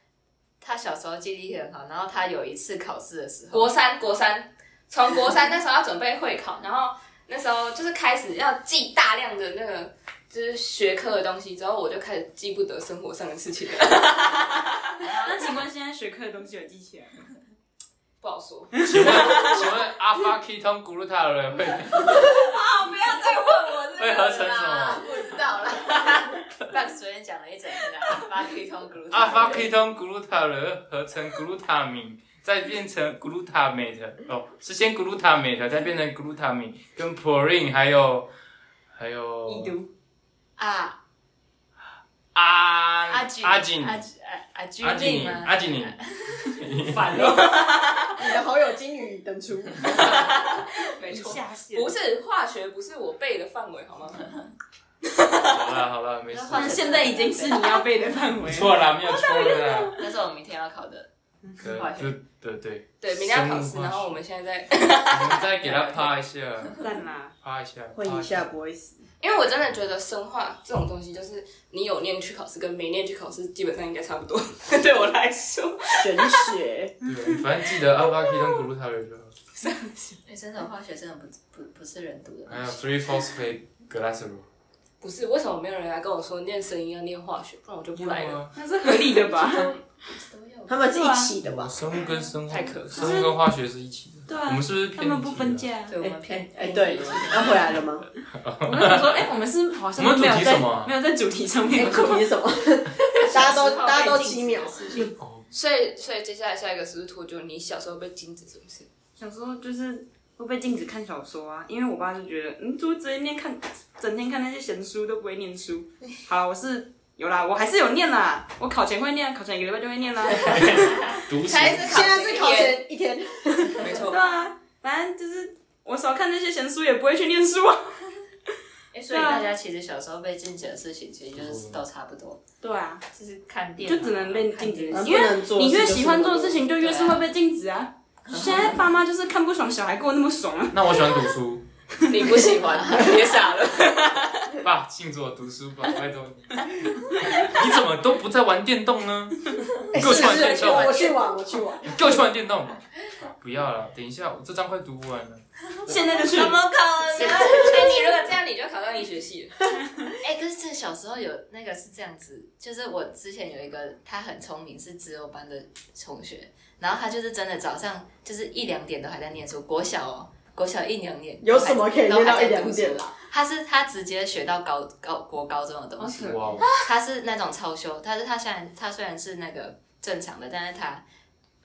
[SPEAKER 6] 他小时候记忆力很好，然后他有一次考试的时候，
[SPEAKER 2] 国三，国三，从国三那时候要准备会考，然后那时候就是开始要记大量的那个就是学科的东西，之后我就开始记不得生活上的事情了，
[SPEAKER 4] 那请问现在学科的东西有记起来吗？
[SPEAKER 2] 不好说。
[SPEAKER 1] 请问请问阿发 K 通古鲁塔的人会
[SPEAKER 6] 不要再问我 这
[SPEAKER 1] 会合成什么？
[SPEAKER 6] 不知道了。Bugs 昨天讲了一整天啊，发黑通 group，
[SPEAKER 1] 阿发 K 通古鲁塔人合成古鲁塔明，再变成古鲁塔美的哦，是先古鲁塔美的，再变成古鲁塔明，跟 Proline 还有还有
[SPEAKER 4] 已读，
[SPEAKER 6] 啊
[SPEAKER 1] 阿
[SPEAKER 6] 阿
[SPEAKER 1] 阿
[SPEAKER 6] 锦
[SPEAKER 1] 阿锦
[SPEAKER 6] 阿阿阿君
[SPEAKER 1] 阿锦
[SPEAKER 6] 令
[SPEAKER 1] 宁
[SPEAKER 6] 吗？
[SPEAKER 1] 阿锦宁，
[SPEAKER 5] 反了，
[SPEAKER 3] 你的好友金鱼 等出，
[SPEAKER 2] 没错，
[SPEAKER 4] 下线
[SPEAKER 2] 不是化学，不是我背的范围，好吗？
[SPEAKER 1] 好了好了，没事，
[SPEAKER 4] 那现在已经是你要背的范围
[SPEAKER 1] 没
[SPEAKER 4] 了。
[SPEAKER 1] 错啦，没有错啦，
[SPEAKER 6] 那是我明天要考的。
[SPEAKER 1] 对
[SPEAKER 6] 化学
[SPEAKER 1] 就对对，
[SPEAKER 2] 对，明天要考试，
[SPEAKER 1] 生物化学
[SPEAKER 2] 然后我们现在在，
[SPEAKER 1] 我们再给他趴一下，
[SPEAKER 4] 赞啦！
[SPEAKER 1] 趴一下，
[SPEAKER 3] 混一下不会死。
[SPEAKER 2] 因为我真的觉得生化这种东西，就是你有念去考试跟没念去考试，基本上应该差不多。 对我来说，
[SPEAKER 3] 玄 学，
[SPEAKER 1] 对，反正记得阿巴基跟古鲁塔人就好。
[SPEAKER 6] 哎，真的化学真的不不不是人读的
[SPEAKER 1] 还有
[SPEAKER 6] 东西。
[SPEAKER 1] three phosphate glycerol，
[SPEAKER 2] 不是为什么没有人来跟我说念声音要念化学，不然我就不来了。
[SPEAKER 1] 吗？
[SPEAKER 4] 那是合理的吧？
[SPEAKER 6] 都有
[SPEAKER 3] 他们是一起的吧？
[SPEAKER 1] 生物跟生化
[SPEAKER 2] 太可怕
[SPEAKER 1] 生物跟化学是一起的。
[SPEAKER 4] 对啊
[SPEAKER 1] 我们是不是
[SPEAKER 4] 他
[SPEAKER 1] 偏离
[SPEAKER 4] 们不分啊
[SPEAKER 1] 题了？
[SPEAKER 4] 家。
[SPEAKER 6] 对我们偏
[SPEAKER 3] 哎，对，要回来了吗？
[SPEAKER 4] 我就想说，哎，我们是好像
[SPEAKER 1] 我们主
[SPEAKER 4] 没有
[SPEAKER 1] 题什
[SPEAKER 4] 在
[SPEAKER 1] 么啊
[SPEAKER 4] 没有在主题上面
[SPEAKER 3] 哎，主题是什么？ 大家都大家都七秒，
[SPEAKER 1] 哦，
[SPEAKER 2] 所以，所以接下来下一个是不是脱臼？你小时候被禁止是不是？
[SPEAKER 4] 想说就是会被禁止看小说啊，因为我爸就觉得，嗯，就直接念看，整天看那些闲书都不会念书。好啦，我是有啦，我还是有念啦，我考前会念，考前一个礼拜就会念啦。
[SPEAKER 1] 毒蛇
[SPEAKER 2] 才是
[SPEAKER 3] 现在
[SPEAKER 2] 一
[SPEAKER 3] 是
[SPEAKER 2] 天
[SPEAKER 3] 考，前一天，
[SPEAKER 2] 没
[SPEAKER 4] 对
[SPEAKER 2] 错。
[SPEAKER 4] 啊，反正就是我少看那些闲书，也不会去念书啊。
[SPEAKER 6] 哎，所以大家其实小时候被禁止的事情，其实就是都差不多，
[SPEAKER 4] 对啊，
[SPEAKER 6] 就是看电
[SPEAKER 4] 就
[SPEAKER 6] 脑，啊
[SPEAKER 4] 只能被禁止
[SPEAKER 6] 看电视
[SPEAKER 4] 因为
[SPEAKER 3] 不能做
[SPEAKER 4] 你越
[SPEAKER 3] 就是
[SPEAKER 4] 喜欢
[SPEAKER 3] 不
[SPEAKER 4] 做
[SPEAKER 3] 能
[SPEAKER 4] 的事情，就越是会被禁止啊。现在爸妈就是看不爽小孩过得那么爽啊，
[SPEAKER 1] 那我喜欢读书，
[SPEAKER 2] 你不喜欢，
[SPEAKER 6] 啊
[SPEAKER 2] 别傻了。
[SPEAKER 1] 爸，静坐读书吧，拜托你。你怎么都不在玩电动呢？
[SPEAKER 3] 哎
[SPEAKER 1] 你给我
[SPEAKER 3] 是
[SPEAKER 1] 去玩
[SPEAKER 3] 是
[SPEAKER 1] 电
[SPEAKER 3] 是，
[SPEAKER 1] 动，
[SPEAKER 3] 哎我去玩，我去玩。
[SPEAKER 1] 你给我去玩电动。不要了，等一下，我这章快读不完了。
[SPEAKER 4] 现在就是
[SPEAKER 6] 怎么可能？
[SPEAKER 2] 所以你如果这样，你就考到医学系了。
[SPEAKER 6] 哎、可是这小时候有那个是这样子，就是我之前有一个他很聪明，是自由班的同学，然后他就是真的早上就是一两点都还在念书，国小哦，国小一两点
[SPEAKER 3] 有什么可以
[SPEAKER 6] 都
[SPEAKER 3] 念
[SPEAKER 6] 还
[SPEAKER 3] 到一
[SPEAKER 6] 在读
[SPEAKER 3] 两
[SPEAKER 6] 书
[SPEAKER 3] 点啦？
[SPEAKER 6] 他是他直接学到高高国高中的东西，
[SPEAKER 1] 哇哦，
[SPEAKER 6] 他是那种超修，但是他虽然他虽然是那个正常的，但是他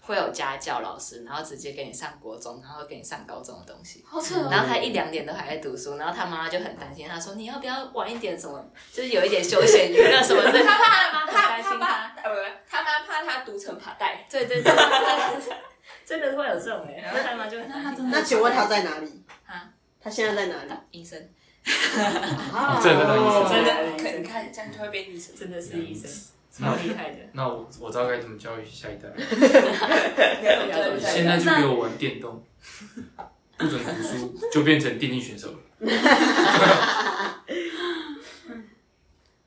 [SPEAKER 6] 会有家教老师，然后直接给你上国中，然后给你上高中的东西。
[SPEAKER 2] 好扯哦
[SPEAKER 6] 然后他一两点都还在读书，然后他妈妈就很担心，他说你要不要晚一点什么，就是有一点休闲娱乐什么的。
[SPEAKER 2] 他怕
[SPEAKER 6] 妈
[SPEAKER 2] 他他
[SPEAKER 6] 妈很担
[SPEAKER 2] 他
[SPEAKER 6] 心
[SPEAKER 2] 爸
[SPEAKER 6] 他，，
[SPEAKER 2] 呃，不不，他妈怕他读成爬带。
[SPEAKER 6] 对对对，真的会有这种哎、然后他妈就很担心。
[SPEAKER 3] 那请问他在哪里
[SPEAKER 6] 啊？
[SPEAKER 3] 他现在在哪里？
[SPEAKER 6] 医生
[SPEAKER 3] 啊
[SPEAKER 1] 这个东西
[SPEAKER 2] 真
[SPEAKER 6] 真
[SPEAKER 2] 的
[SPEAKER 6] 的，
[SPEAKER 2] 可你看这样就会变医生。
[SPEAKER 6] 真的是医生，
[SPEAKER 1] 那
[SPEAKER 6] 超厉害的。
[SPEAKER 1] 那我我知道该怎么教育下一代。
[SPEAKER 2] 对
[SPEAKER 1] 现在就给我玩电动，不准读书，就变成电竞选手了。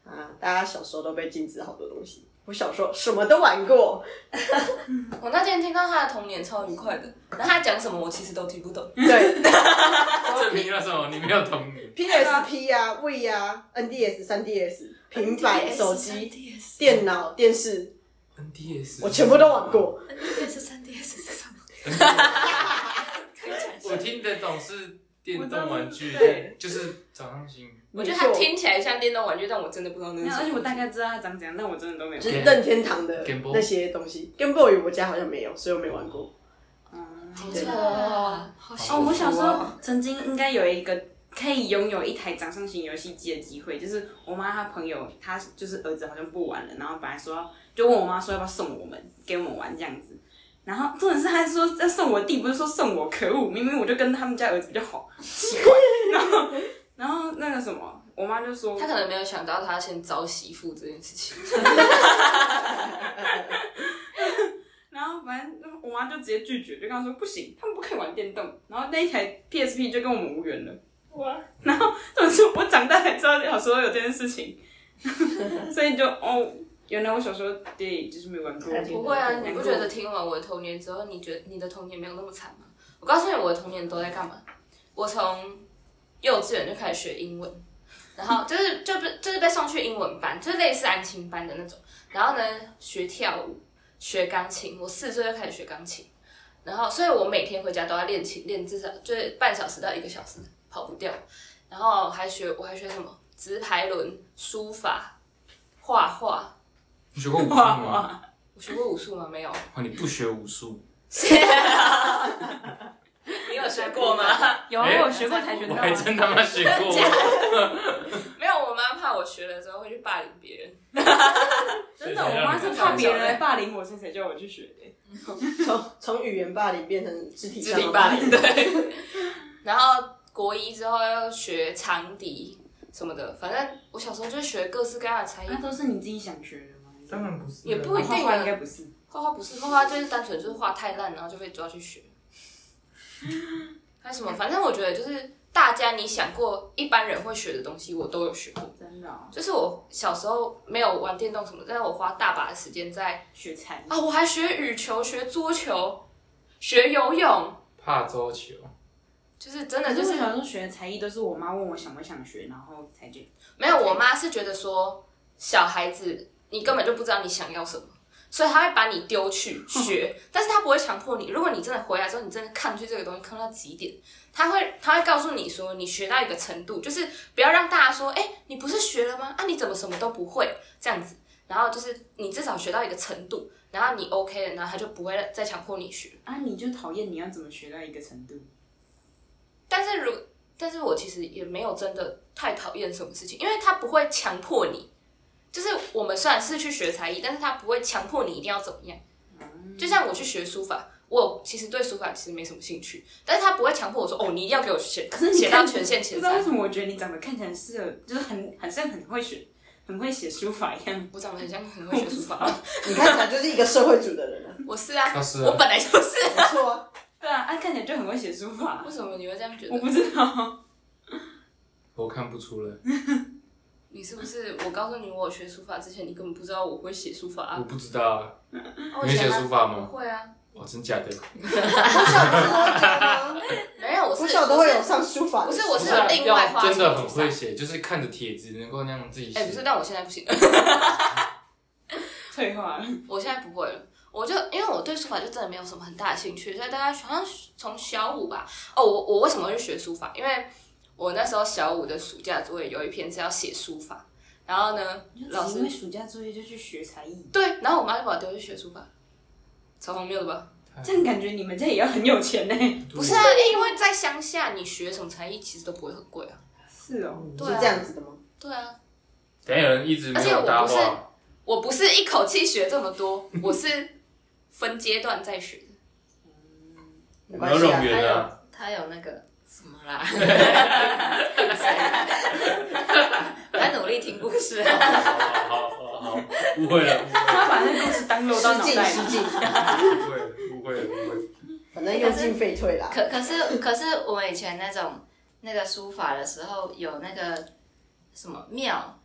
[SPEAKER 3] 啊，大家小时候都被禁止好多东西。我小时候什么都玩过，
[SPEAKER 2] 我那天听到他的童年超愉快的，那他讲什么我其实都听不懂。
[SPEAKER 3] 对
[SPEAKER 1] 证明了什么？你没有童年。
[SPEAKER 3] ，PSP 啊、V 啊、NDS、三 DS、平板、手机、电脑、电视，
[SPEAKER 1] NDS，
[SPEAKER 3] 我全部都玩。过。
[SPEAKER 6] ，DS 三 DS 是什么？
[SPEAKER 1] 我听得懂是电动玩具
[SPEAKER 4] 我知道对，
[SPEAKER 1] 就是早上醒，
[SPEAKER 2] 我觉得他
[SPEAKER 3] 没错
[SPEAKER 2] 听起来像电动玩具，但我真的不知道那是
[SPEAKER 4] 没有
[SPEAKER 2] 什
[SPEAKER 4] 而且
[SPEAKER 2] 么。
[SPEAKER 4] 我大概知道他长怎样，但我真的都没有
[SPEAKER 3] 就
[SPEAKER 4] 玩。
[SPEAKER 3] 是任天堂的
[SPEAKER 1] Game Boy
[SPEAKER 3] 那些东西，Game Boy 我家好像没有，所以我没玩过。
[SPEAKER 4] 嗯
[SPEAKER 3] 对
[SPEAKER 2] 哇，好
[SPEAKER 4] 哦，我小时候曾经应该有一个可以拥有一台掌上型游戏机的机会，就是我妈她朋友，她就是儿子好像不玩了，然后本来说要就问我妈说要不要送我们给我们玩这样子，然后重点是她说要送我弟，不是说送我，可恶，明明我就跟他们家儿子比较好，奇怪，然后然后那个什么，我妈就说
[SPEAKER 2] 他可能没有想到他先招媳妇这件事情。
[SPEAKER 4] 然后反正我妈就直接拒绝，就跟她说不行，他们不可以玩电动。然后那一台 PSP 就跟我们无缘了。哇！然后就是我长大才知道小时候有这件事情， 所以就哦，原来我小时候对就是没玩过。
[SPEAKER 2] 不会啊，你不觉得听完我的童年之后，你觉得你的童年没有那么惨吗？我告诉你，我的童年都在干嘛？我从幼稚园就开始学英文，然 后就是就不就是被送去英文班，就是类似安亲班的那种。然后呢，学跳舞，学钢琴。我四岁就开始学钢琴，然后所以我每天回家都要练琴，练至少就是半小时到一个小时，跑不掉。然后还学我还学什么直排轮、书法、画画。
[SPEAKER 1] 你学过武术
[SPEAKER 4] 哇
[SPEAKER 1] 吗？
[SPEAKER 4] 哇！
[SPEAKER 2] 我学过武术吗？没有。
[SPEAKER 1] 哦，你不学武术，
[SPEAKER 6] 你有学过吗？
[SPEAKER 4] 有啊，
[SPEAKER 1] 哎
[SPEAKER 4] 我学过跆拳
[SPEAKER 1] 我
[SPEAKER 4] 道
[SPEAKER 1] 还
[SPEAKER 4] 啊。
[SPEAKER 1] 真他妈学过。
[SPEAKER 2] 没有，我妈怕我学了之后会去霸凌别人。
[SPEAKER 4] 真的，我妈是怕别人来霸凌我，所以才叫我去学的。
[SPEAKER 3] 从 从语言霸凌变成肢体
[SPEAKER 2] 肢
[SPEAKER 3] 上的
[SPEAKER 2] 体霸 凌，对。然后国一之后要学长笛什么的，反正我小时候就学各式各样的才艺
[SPEAKER 4] 哎那。都是你自己想学的吗？
[SPEAKER 7] 当然不是啊，
[SPEAKER 2] 也不一定
[SPEAKER 4] 画画应该不哎是。
[SPEAKER 2] 画画不是画画，就是单纯就是画太烂，然后就被抓去学。还有 什么？反正我觉得就是大家你想过一般人会学的东西，我都有学过。
[SPEAKER 4] 真的哦，
[SPEAKER 2] 就是我小时候没有玩电动什么，但是我花大把的时间在
[SPEAKER 4] 学才艺
[SPEAKER 2] 啊，我还学羽球、学桌球、学游泳，
[SPEAKER 1] 怕哦桌球，
[SPEAKER 2] 就是真的
[SPEAKER 4] 可
[SPEAKER 2] 就是
[SPEAKER 4] 我
[SPEAKER 2] 是
[SPEAKER 4] 小时候学的才艺都是我妈问我想不想学，然后才去。
[SPEAKER 2] 没有，我妈是觉得说小孩子你根本就不知道你想要什么，所以她会把你丢去学，但是她不会强迫你。如果你真的回来之后，你真的抗拒这个东西抗到极点，她会她会告诉你说，你学到一个程度，就是不要让大家说，哎、你不是学了吗？啊，你怎么什么都不会这样子。然后就是你至少学到一个程度，然后你 OK 了，然后她就不会再强迫你学。
[SPEAKER 4] 啊，你就讨厌你要怎么学到一个程度？
[SPEAKER 2] 但是如，但是我其实也没有真的太讨厌什么事情，因为他不会强迫你。就是我们虽然是去学才艺，但是他不会强迫你一定要怎么样。就像我去学书法，我其实对书法其实没什么兴趣，但是他不会强迫我说哦，你一定要给我写
[SPEAKER 4] 可是你
[SPEAKER 2] 写到
[SPEAKER 4] 看
[SPEAKER 2] 全县前
[SPEAKER 4] 不知道为
[SPEAKER 2] 三。
[SPEAKER 4] 什么，我觉得你长得看起来是有，就是很很像很会学、很会写书法一样。
[SPEAKER 2] 我长得很像很会学书法吗，
[SPEAKER 3] 你看起来就是一个社会主义的人啊，
[SPEAKER 2] 我是啊，
[SPEAKER 1] 他是啊
[SPEAKER 2] 我本来就是。啊
[SPEAKER 3] 没错啊。
[SPEAKER 4] 对啊，啊看起来就很会写书法
[SPEAKER 2] 为。什么你会这样觉
[SPEAKER 4] 我
[SPEAKER 2] 得？
[SPEAKER 4] 不知道，
[SPEAKER 1] 我看不出来，
[SPEAKER 2] 你是不是我告诉你我有学书法之前，你根本不知道我会写书法
[SPEAKER 1] 我
[SPEAKER 2] 啊？
[SPEAKER 1] 不知道啊。
[SPEAKER 2] 啊我
[SPEAKER 1] 你会写
[SPEAKER 2] 写啊
[SPEAKER 1] 书法
[SPEAKER 2] 我
[SPEAKER 1] 吗？
[SPEAKER 2] 会啊，
[SPEAKER 1] 哦，真假的？
[SPEAKER 3] 我小不是都会这样吗？
[SPEAKER 2] 没有，我是
[SPEAKER 3] 我小都会
[SPEAKER 2] 我
[SPEAKER 3] 有
[SPEAKER 2] 是
[SPEAKER 3] 上书法
[SPEAKER 2] 不
[SPEAKER 3] 的时
[SPEAKER 2] 是，
[SPEAKER 3] 候，
[SPEAKER 2] 我是有另外花
[SPEAKER 1] 啊真的
[SPEAKER 2] 钱
[SPEAKER 1] 很
[SPEAKER 2] 去
[SPEAKER 1] 会
[SPEAKER 2] 上
[SPEAKER 1] 写，就是看着帖子能够那样自己写。
[SPEAKER 2] 哎、不是，但我现在不行，
[SPEAKER 4] 退化了。
[SPEAKER 2] 我现在不会了。我就因为我对书法就真的没有什么很大的兴趣，所以大概好像从小五吧。哦，我我为什么会去学书法？因为我那时候小五的暑假作业有一篇是要写书法，然后呢，老
[SPEAKER 4] 因为
[SPEAKER 2] 师
[SPEAKER 4] 暑假作业就去学才艺，
[SPEAKER 2] 对，然后我妈就把我丢去学书法，超荒谬的吧？
[SPEAKER 4] 这样感觉你们家也要很有钱呢、
[SPEAKER 2] 不是啊，因为在乡下你学什么才艺其实都不会很贵啊。
[SPEAKER 4] 是哦，
[SPEAKER 2] 对啊
[SPEAKER 3] 是这样子的吗？
[SPEAKER 2] 对啊，
[SPEAKER 1] 等一下有人一直没
[SPEAKER 2] 而且我
[SPEAKER 1] 有搭
[SPEAKER 2] 不是
[SPEAKER 1] 话，
[SPEAKER 2] 我不是一口气学这么多，我是分阶段在学的。
[SPEAKER 3] 没
[SPEAKER 1] 没
[SPEAKER 3] 关
[SPEAKER 1] 有
[SPEAKER 3] 系
[SPEAKER 1] 冗
[SPEAKER 3] 啊，
[SPEAKER 1] 员啊。
[SPEAKER 6] 他有那个什么啦？他努力听故事啊。
[SPEAKER 1] 好好好好，误会了，
[SPEAKER 4] 他把那个故事当漏到
[SPEAKER 3] 失
[SPEAKER 4] 脑
[SPEAKER 3] 敬
[SPEAKER 4] 袋
[SPEAKER 3] 失
[SPEAKER 4] 了。
[SPEAKER 3] 敬，
[SPEAKER 1] 误会了，误会了，误会了。
[SPEAKER 3] 反正用进废退啦。
[SPEAKER 6] 可可是可是我以前那种那个书法的时候有那个什么庙，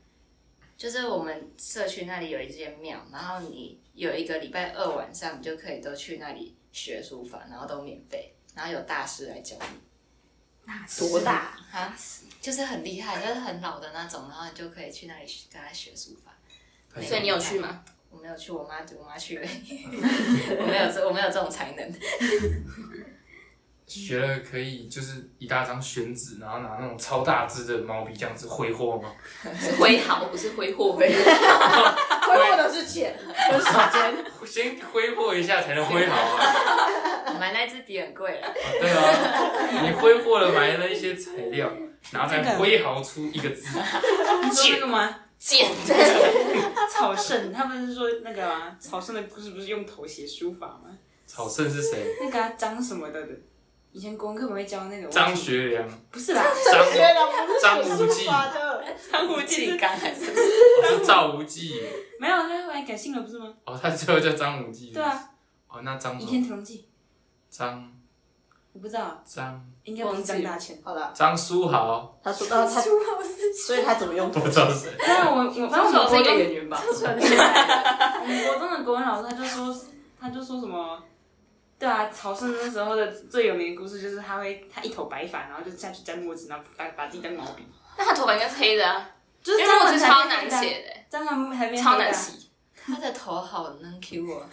[SPEAKER 6] 就是我们社区那里有一间庙，然后你有一个礼拜二晚上，你就可以都去那里学书法，然后都免费，然后有大师来教你
[SPEAKER 4] 多大？
[SPEAKER 6] 啊，就是很厉害，就是很老的那种，然后你就可以去那里学跟他学书法。
[SPEAKER 2] 所以你有去吗？
[SPEAKER 6] 我没有去，我妈我妈去了， 我没有这我没有这种才能。
[SPEAKER 1] 学了可以就是一大张宣纸，然后拿那种超大支的毛笔这样子挥霍吗？
[SPEAKER 2] 是挥毫，不是挥 霍。
[SPEAKER 3] 挥霍的是钱，不是时间。
[SPEAKER 1] 先挥霍一下才能挥毫啊！
[SPEAKER 6] 买那支笔很贵了，
[SPEAKER 1] 对啊，你挥霍了买了一些材料，然后才挥毫出一个字。
[SPEAKER 4] 你说那个吗？
[SPEAKER 2] 贱，
[SPEAKER 4] 草圣，他们是说那个啊，草圣的故事不是用头写书法吗？
[SPEAKER 1] 草圣是谁？
[SPEAKER 4] 那个啊张、什么的的，以前国文课本会教那个
[SPEAKER 1] 张，学良、
[SPEAKER 4] 不是啦，
[SPEAKER 1] 张
[SPEAKER 3] 学良不是
[SPEAKER 1] 张
[SPEAKER 3] 写
[SPEAKER 1] 无忌
[SPEAKER 3] 书，法的，
[SPEAKER 4] 张无忌
[SPEAKER 6] 自
[SPEAKER 4] 是
[SPEAKER 6] 己干还是？
[SPEAKER 1] 哦是赵无忌。
[SPEAKER 4] 没有，他后来改姓了不是吗？
[SPEAKER 1] 哦，他最后叫张无忌。
[SPEAKER 4] 对。啊，
[SPEAKER 1] 哦，那张
[SPEAKER 4] 《倚天屠龙记
[SPEAKER 1] 张》
[SPEAKER 4] 我不知道，
[SPEAKER 1] 张
[SPEAKER 4] 应该不是张大千。
[SPEAKER 3] 好了，
[SPEAKER 1] 张书豪，
[SPEAKER 3] 他说到他，所以他怎么用
[SPEAKER 1] 我
[SPEAKER 3] 头
[SPEAKER 1] 不知道谁。
[SPEAKER 4] 但我我反正我
[SPEAKER 6] 我
[SPEAKER 4] 们
[SPEAKER 6] 是 一
[SPEAKER 4] 国
[SPEAKER 6] 个
[SPEAKER 4] 中
[SPEAKER 6] 演员 吧？
[SPEAKER 4] 我们国中的国文老师他就说他就说什么。对啊，曹圣那时候的最有名的故事就是他会他一头白发，然后就下去沾墨汁，然后把把自己当毛笔，
[SPEAKER 2] 那他头发应该是黑的啊，
[SPEAKER 4] 就是
[SPEAKER 2] 因为
[SPEAKER 4] 张
[SPEAKER 2] 墨
[SPEAKER 4] 文
[SPEAKER 2] 汁
[SPEAKER 4] 才
[SPEAKER 2] 超
[SPEAKER 4] 变
[SPEAKER 2] 难
[SPEAKER 4] 黑的啊，
[SPEAKER 2] 写
[SPEAKER 4] 张文还
[SPEAKER 2] 的，
[SPEAKER 4] 变
[SPEAKER 2] 超
[SPEAKER 4] 黑的
[SPEAKER 2] 难
[SPEAKER 4] 啊
[SPEAKER 2] 洗。
[SPEAKER 6] 他的头好能 Q 我，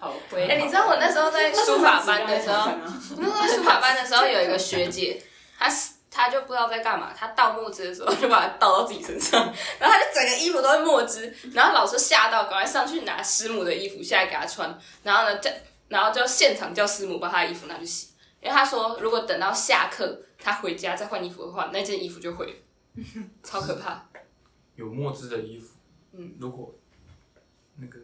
[SPEAKER 6] 好好会。
[SPEAKER 2] 哎，你知道我那时候在书法班的时候，那时候在书法班的时候有一个学姐，她是她就不知道在干嘛，她倒墨汁的时候就把它倒到自己身上，然后她就整个衣服都是墨汁，然后老师吓到，赶快上去拿师母的衣服下来给她穿，然后呢，叫然后就现场叫师母把她的衣服拿去洗，因为她说如果等到下课她回家再换衣服的话，那件衣服就毁了，超可怕。
[SPEAKER 1] 有墨汁的衣服，
[SPEAKER 2] 嗯，
[SPEAKER 1] 如果那个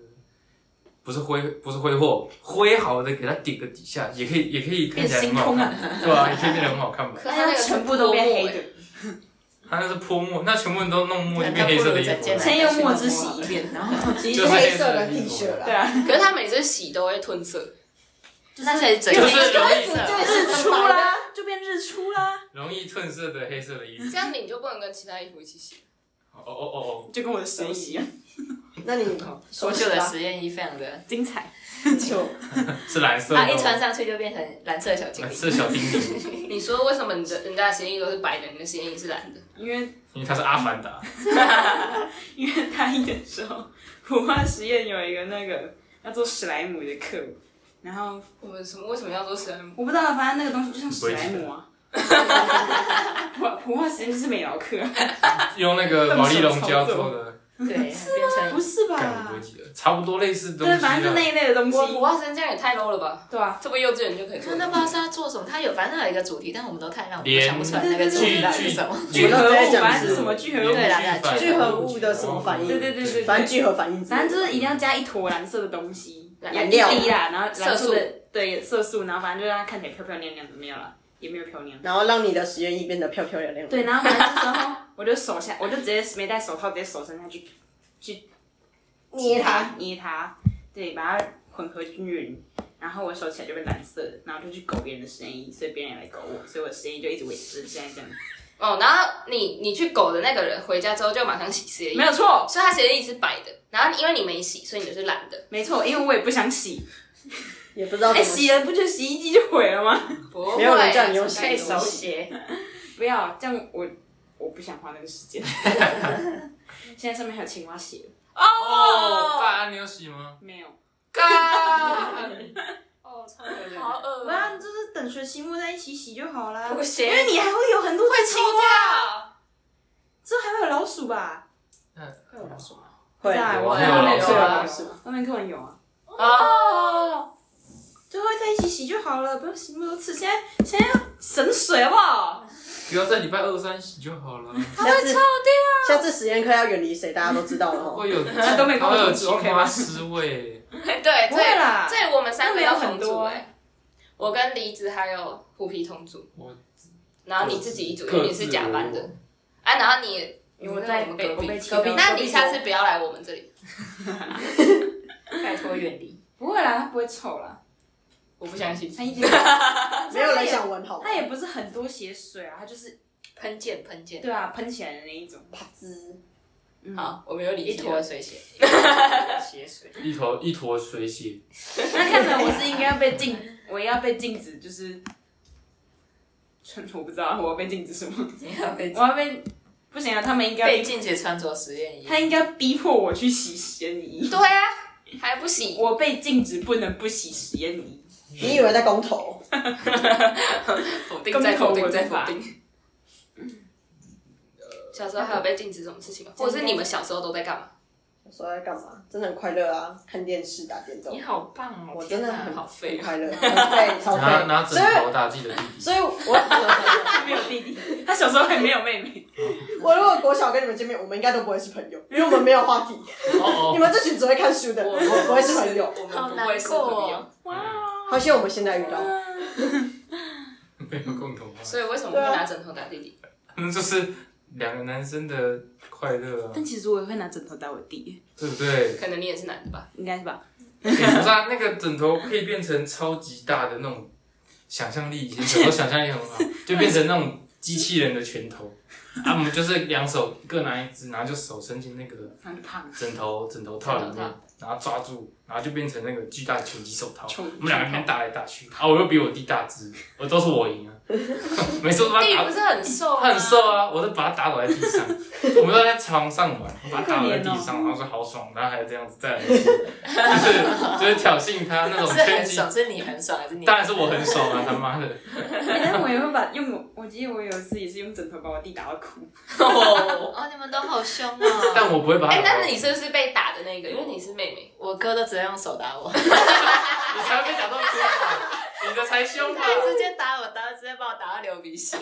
[SPEAKER 1] 不是挥不是挥霍，挥毫的给它顶个底下，也可以也可以看起来很好看，对吧、也可以变得很好看吧。
[SPEAKER 2] 可
[SPEAKER 4] 他
[SPEAKER 2] 是
[SPEAKER 4] 全部都变黑 的，
[SPEAKER 1] 它那是泼墨，那全部人都弄墨就变黑色的衣服了，
[SPEAKER 4] 先用墨汁洗一遍，然 后
[SPEAKER 3] 其
[SPEAKER 1] 就
[SPEAKER 3] 实
[SPEAKER 1] 是
[SPEAKER 3] 黑
[SPEAKER 1] 黑
[SPEAKER 3] 色
[SPEAKER 1] 色
[SPEAKER 3] 的
[SPEAKER 1] 的
[SPEAKER 3] T
[SPEAKER 1] 衣服
[SPEAKER 3] 恤
[SPEAKER 1] 了
[SPEAKER 3] 啦
[SPEAKER 4] 对。啊，
[SPEAKER 2] 可是她每次洗都会褪色，
[SPEAKER 6] 那才是整
[SPEAKER 1] 就
[SPEAKER 6] 天
[SPEAKER 1] 是容易
[SPEAKER 3] 就是
[SPEAKER 4] 日出啦，就变日出啦，
[SPEAKER 1] 容易褪色的黑色的衣服。
[SPEAKER 2] 这样你就不能跟其他衣服一起洗。
[SPEAKER 1] 哦哦哦
[SPEAKER 4] 就跟我的神一样
[SPEAKER 3] 那你
[SPEAKER 6] 我
[SPEAKER 3] 手
[SPEAKER 6] 旧
[SPEAKER 3] 写
[SPEAKER 6] 的实验衣非常的，
[SPEAKER 4] 精彩。
[SPEAKER 3] 球，
[SPEAKER 1] 哦，是蓝色的哦。
[SPEAKER 6] 啊，一穿上去就变成蓝色小精
[SPEAKER 1] 蓝
[SPEAKER 6] 灵。
[SPEAKER 1] 色小精灵，
[SPEAKER 2] 你说为什么你的人家的鞋印都是白的，你的鞋印是蓝的？
[SPEAKER 4] 因为
[SPEAKER 1] 因为它是阿凡达。
[SPEAKER 4] 因为大一的时候，普化实验有一个那个要做史莱姆的课，然后
[SPEAKER 2] 我们什么为什么要做神？
[SPEAKER 4] 我不知道，反正那个东西就像史莱姆啊。普普化实验就是美劳课，
[SPEAKER 1] 用那个毛利龙胶做的，
[SPEAKER 6] 对，变成
[SPEAKER 4] 不是
[SPEAKER 1] 干我
[SPEAKER 4] 吧
[SPEAKER 1] 不会？记得，差不多类似的东西
[SPEAKER 4] 对，
[SPEAKER 1] 啊。
[SPEAKER 4] 反正就那一类的东
[SPEAKER 2] 我
[SPEAKER 4] 西
[SPEAKER 2] 我，化身这样也太 low 了吧？
[SPEAKER 4] 对啊，
[SPEAKER 2] 这不幼稚园就可以做
[SPEAKER 6] 那？不知道是要做什么，他有反正有一个主题，但我们都太让我们想不出来那个主题
[SPEAKER 1] 聚
[SPEAKER 6] 到底是 什么。
[SPEAKER 1] 聚
[SPEAKER 4] 聚
[SPEAKER 1] 聚
[SPEAKER 4] 合
[SPEAKER 3] 我在
[SPEAKER 4] 物，
[SPEAKER 3] 讲
[SPEAKER 4] 反正
[SPEAKER 3] 是
[SPEAKER 4] 是什么聚合物，
[SPEAKER 6] 对啦对
[SPEAKER 3] 聚合物的什么反应？
[SPEAKER 4] 对对对对
[SPEAKER 3] 反
[SPEAKER 4] 对
[SPEAKER 3] 正。聚合反应之类的，
[SPEAKER 4] 反正就是一定要加一坨蓝色的东西，
[SPEAKER 3] 染
[SPEAKER 4] 染
[SPEAKER 3] 料
[SPEAKER 4] 一滴啦，然后蓝色
[SPEAKER 2] 色
[SPEAKER 4] 的对色素，然后反正就让它看起来漂漂亮亮的，没有了，也没有漂亮。
[SPEAKER 3] 然后让你的实验衣变得漂漂亮亮。
[SPEAKER 4] 对，，然后反正这时候 我就手下，我就直接没戴手套，直接手伸下去
[SPEAKER 3] 捏它，
[SPEAKER 4] 捏它，对，把它混合均匀，然后我手起来就变蓝色的，然后就去勾别人的实验衣，所以别人也来勾我，所以我的实验衣就一直维持现在这样，
[SPEAKER 2] 哦，然后你你去狗的那个人回家之后就马上洗鞋印
[SPEAKER 4] 没，有错，
[SPEAKER 2] 所以他鞋印是白的，然后因为你没洗，所以你就是蓝的。
[SPEAKER 4] 没错，因为我也不想 洗，
[SPEAKER 3] 也不知道
[SPEAKER 4] 哎、
[SPEAKER 3] 怎么
[SPEAKER 4] 洗了不就洗衣机就毁了吗？
[SPEAKER 2] 不会啊，
[SPEAKER 3] 没有人叫你用
[SPEAKER 2] 太
[SPEAKER 3] 洗
[SPEAKER 2] 熟悉。
[SPEAKER 6] 写，
[SPEAKER 4] 不要这样我，我不想花那个 时间。现在上面还有青蛙血，
[SPEAKER 1] 哦，大安你有洗吗？
[SPEAKER 4] 没有。
[SPEAKER 2] 干
[SPEAKER 6] 哦，超有人
[SPEAKER 2] 好恶
[SPEAKER 4] 我
[SPEAKER 2] 啊，
[SPEAKER 4] 要就是等学期末在一起洗就好啦。
[SPEAKER 6] 不行
[SPEAKER 4] 因，为你还会有很多会青蛙，
[SPEAKER 2] 哇
[SPEAKER 4] 之后还会有老鼠吧？
[SPEAKER 1] 嗯
[SPEAKER 3] 会
[SPEAKER 4] 对啊，我
[SPEAKER 1] 会有老鼠
[SPEAKER 4] 对
[SPEAKER 2] 啊
[SPEAKER 4] 老鼠外面课文有啊，
[SPEAKER 2] 哦，
[SPEAKER 4] 就会在一起洗就好了，不用洗那么多次。现在现在要省水好不好？
[SPEAKER 1] 不要在礼拜二三洗就好了。
[SPEAKER 3] 下次下次实验课要远离谁，大家都知道了 哦。
[SPEAKER 1] 会有
[SPEAKER 4] 都没跟我
[SPEAKER 1] 会有
[SPEAKER 4] 同组，OK
[SPEAKER 1] 青
[SPEAKER 4] 吗
[SPEAKER 1] 蛙尸味，
[SPEAKER 2] 对，这
[SPEAKER 4] 不会啦
[SPEAKER 2] 这我们三个
[SPEAKER 4] 那没
[SPEAKER 2] 要
[SPEAKER 4] 有
[SPEAKER 2] 同
[SPEAKER 4] 很
[SPEAKER 2] 组
[SPEAKER 4] 多
[SPEAKER 2] 哎，我跟梨子还有虎皮同组，
[SPEAKER 1] 我
[SPEAKER 2] 然后你自己一组，因
[SPEAKER 1] 各
[SPEAKER 2] 为
[SPEAKER 1] 自
[SPEAKER 2] 你是甲班的。啊，然后你
[SPEAKER 4] 因
[SPEAKER 2] 你
[SPEAKER 4] 为我
[SPEAKER 2] 们在
[SPEAKER 4] 在
[SPEAKER 2] 我们隔
[SPEAKER 4] 北我被
[SPEAKER 2] 壁，
[SPEAKER 4] 踢
[SPEAKER 2] 隔壁
[SPEAKER 4] 到，
[SPEAKER 2] 那
[SPEAKER 4] 隔
[SPEAKER 2] 你
[SPEAKER 4] 壁
[SPEAKER 2] 下
[SPEAKER 4] 桌
[SPEAKER 2] 次不要来我们这里，
[SPEAKER 6] 拜托远离。
[SPEAKER 4] 不会啦，它不会臭啦。
[SPEAKER 2] 我不相信。
[SPEAKER 4] 它一 点
[SPEAKER 3] 没有人想闻好吗
[SPEAKER 4] 它也不是很多血水啊，它就是
[SPEAKER 6] 喷溅喷溅，
[SPEAKER 4] 对啊，喷起来的那一种。
[SPEAKER 3] 啪滋，
[SPEAKER 2] 好，我们有理
[SPEAKER 6] 一
[SPEAKER 2] 解
[SPEAKER 6] 坨
[SPEAKER 2] 了
[SPEAKER 6] 水血，血水。
[SPEAKER 8] 一头一坨水血，
[SPEAKER 4] 那看来我是应该要被禁，我要被禁止， 就是，我不知道我要被禁止什么，
[SPEAKER 6] 你要被
[SPEAKER 4] 我要被不行啊，他们应该
[SPEAKER 6] 被禁止穿着实验衣，
[SPEAKER 4] 他应该逼迫我去洗实验衣，
[SPEAKER 2] 对啊，还不行，
[SPEAKER 4] 我被禁止不能不洗实验衣，
[SPEAKER 3] 你以为在公投？
[SPEAKER 2] 否定再否定再
[SPEAKER 4] 跟口
[SPEAKER 2] 否
[SPEAKER 4] 吻
[SPEAKER 2] 定。小时候还有被禁止什么事情吗？或者是你们小时候都在干嘛？
[SPEAKER 3] 我说在干嘛？真的很快乐啊，看电视、打电动
[SPEAKER 6] 你。好棒哦！
[SPEAKER 3] 我真的
[SPEAKER 6] 天哪
[SPEAKER 3] 很
[SPEAKER 6] 好
[SPEAKER 3] 很
[SPEAKER 6] 废啊，
[SPEAKER 3] 快乐，对，超
[SPEAKER 8] 拿拿
[SPEAKER 3] 废。
[SPEAKER 8] 枕
[SPEAKER 3] 所以，
[SPEAKER 8] 头打自己的弟弟。
[SPEAKER 3] 所以我
[SPEAKER 4] 他没有弟弟，他小时候还没有妹妹，
[SPEAKER 3] 我如果国小跟你们见面，我们应该都不会是朋友，因为我们没有话题。你
[SPEAKER 8] 哦
[SPEAKER 3] 们这群只会看书的，我们不会是朋友。
[SPEAKER 2] 我
[SPEAKER 6] 好
[SPEAKER 2] 们不
[SPEAKER 6] 难
[SPEAKER 2] 会是
[SPEAKER 6] 过
[SPEAKER 2] 朋友
[SPEAKER 6] 哦。。
[SPEAKER 3] 好像我们现在遇到，
[SPEAKER 8] 哦，没有共同话题，
[SPEAKER 2] 所以为什么会拿枕头打弟弟？
[SPEAKER 1] 那嗯就是两个男生的快乐啊，
[SPEAKER 4] 但其实我也会拿枕头打我弟，
[SPEAKER 1] 对不对？
[SPEAKER 2] 可能你也是男的吧？
[SPEAKER 4] 应该是吧？
[SPEAKER 1] 欸不是啊，那个枕头可以变成超级大的那种想象力，以前小时候想象力很好，就变成那种机器人的拳头。啊，我们就是两手各拿一只，然后就手伸进那个
[SPEAKER 4] 很胖，
[SPEAKER 1] 枕头枕头套里
[SPEAKER 2] 枕头
[SPEAKER 1] 面，然后抓住，然后就变成那个巨大的拳击手套。
[SPEAKER 4] 球
[SPEAKER 1] 我们两个人打来打去，啊，我又比我弟大只，我都是我赢啊， 每次都把他
[SPEAKER 2] 弟
[SPEAKER 1] 打
[SPEAKER 2] 不是很瘦吗？
[SPEAKER 1] 他很瘦啊，我都把他打倒在地 上，我们都在床上玩，我把他打倒在地上，然后说好爽，然后还这样子再来一次，就是就是挑衅他那种
[SPEAKER 6] 是
[SPEAKER 1] 圈
[SPEAKER 6] 很
[SPEAKER 1] 击，
[SPEAKER 6] 爽，是你很爽还是你？
[SPEAKER 1] 当然是我很爽啊，他妈的，
[SPEAKER 4] 欸但我也会把用我，我记得我有一次也是用枕头把我弟打到哭，
[SPEAKER 6] 哦，你们都好凶哦！
[SPEAKER 1] 但我不会把他
[SPEAKER 2] 哎，
[SPEAKER 1] 打
[SPEAKER 2] 但
[SPEAKER 1] 倒，
[SPEAKER 2] 是你是 不是被打的那个？因为你是妹妹。
[SPEAKER 6] 我哥都直接用手 打我，
[SPEAKER 1] 你才会被打到哭啊，你的才凶吧
[SPEAKER 6] 他，直接打我，打直接把我打到流鼻血。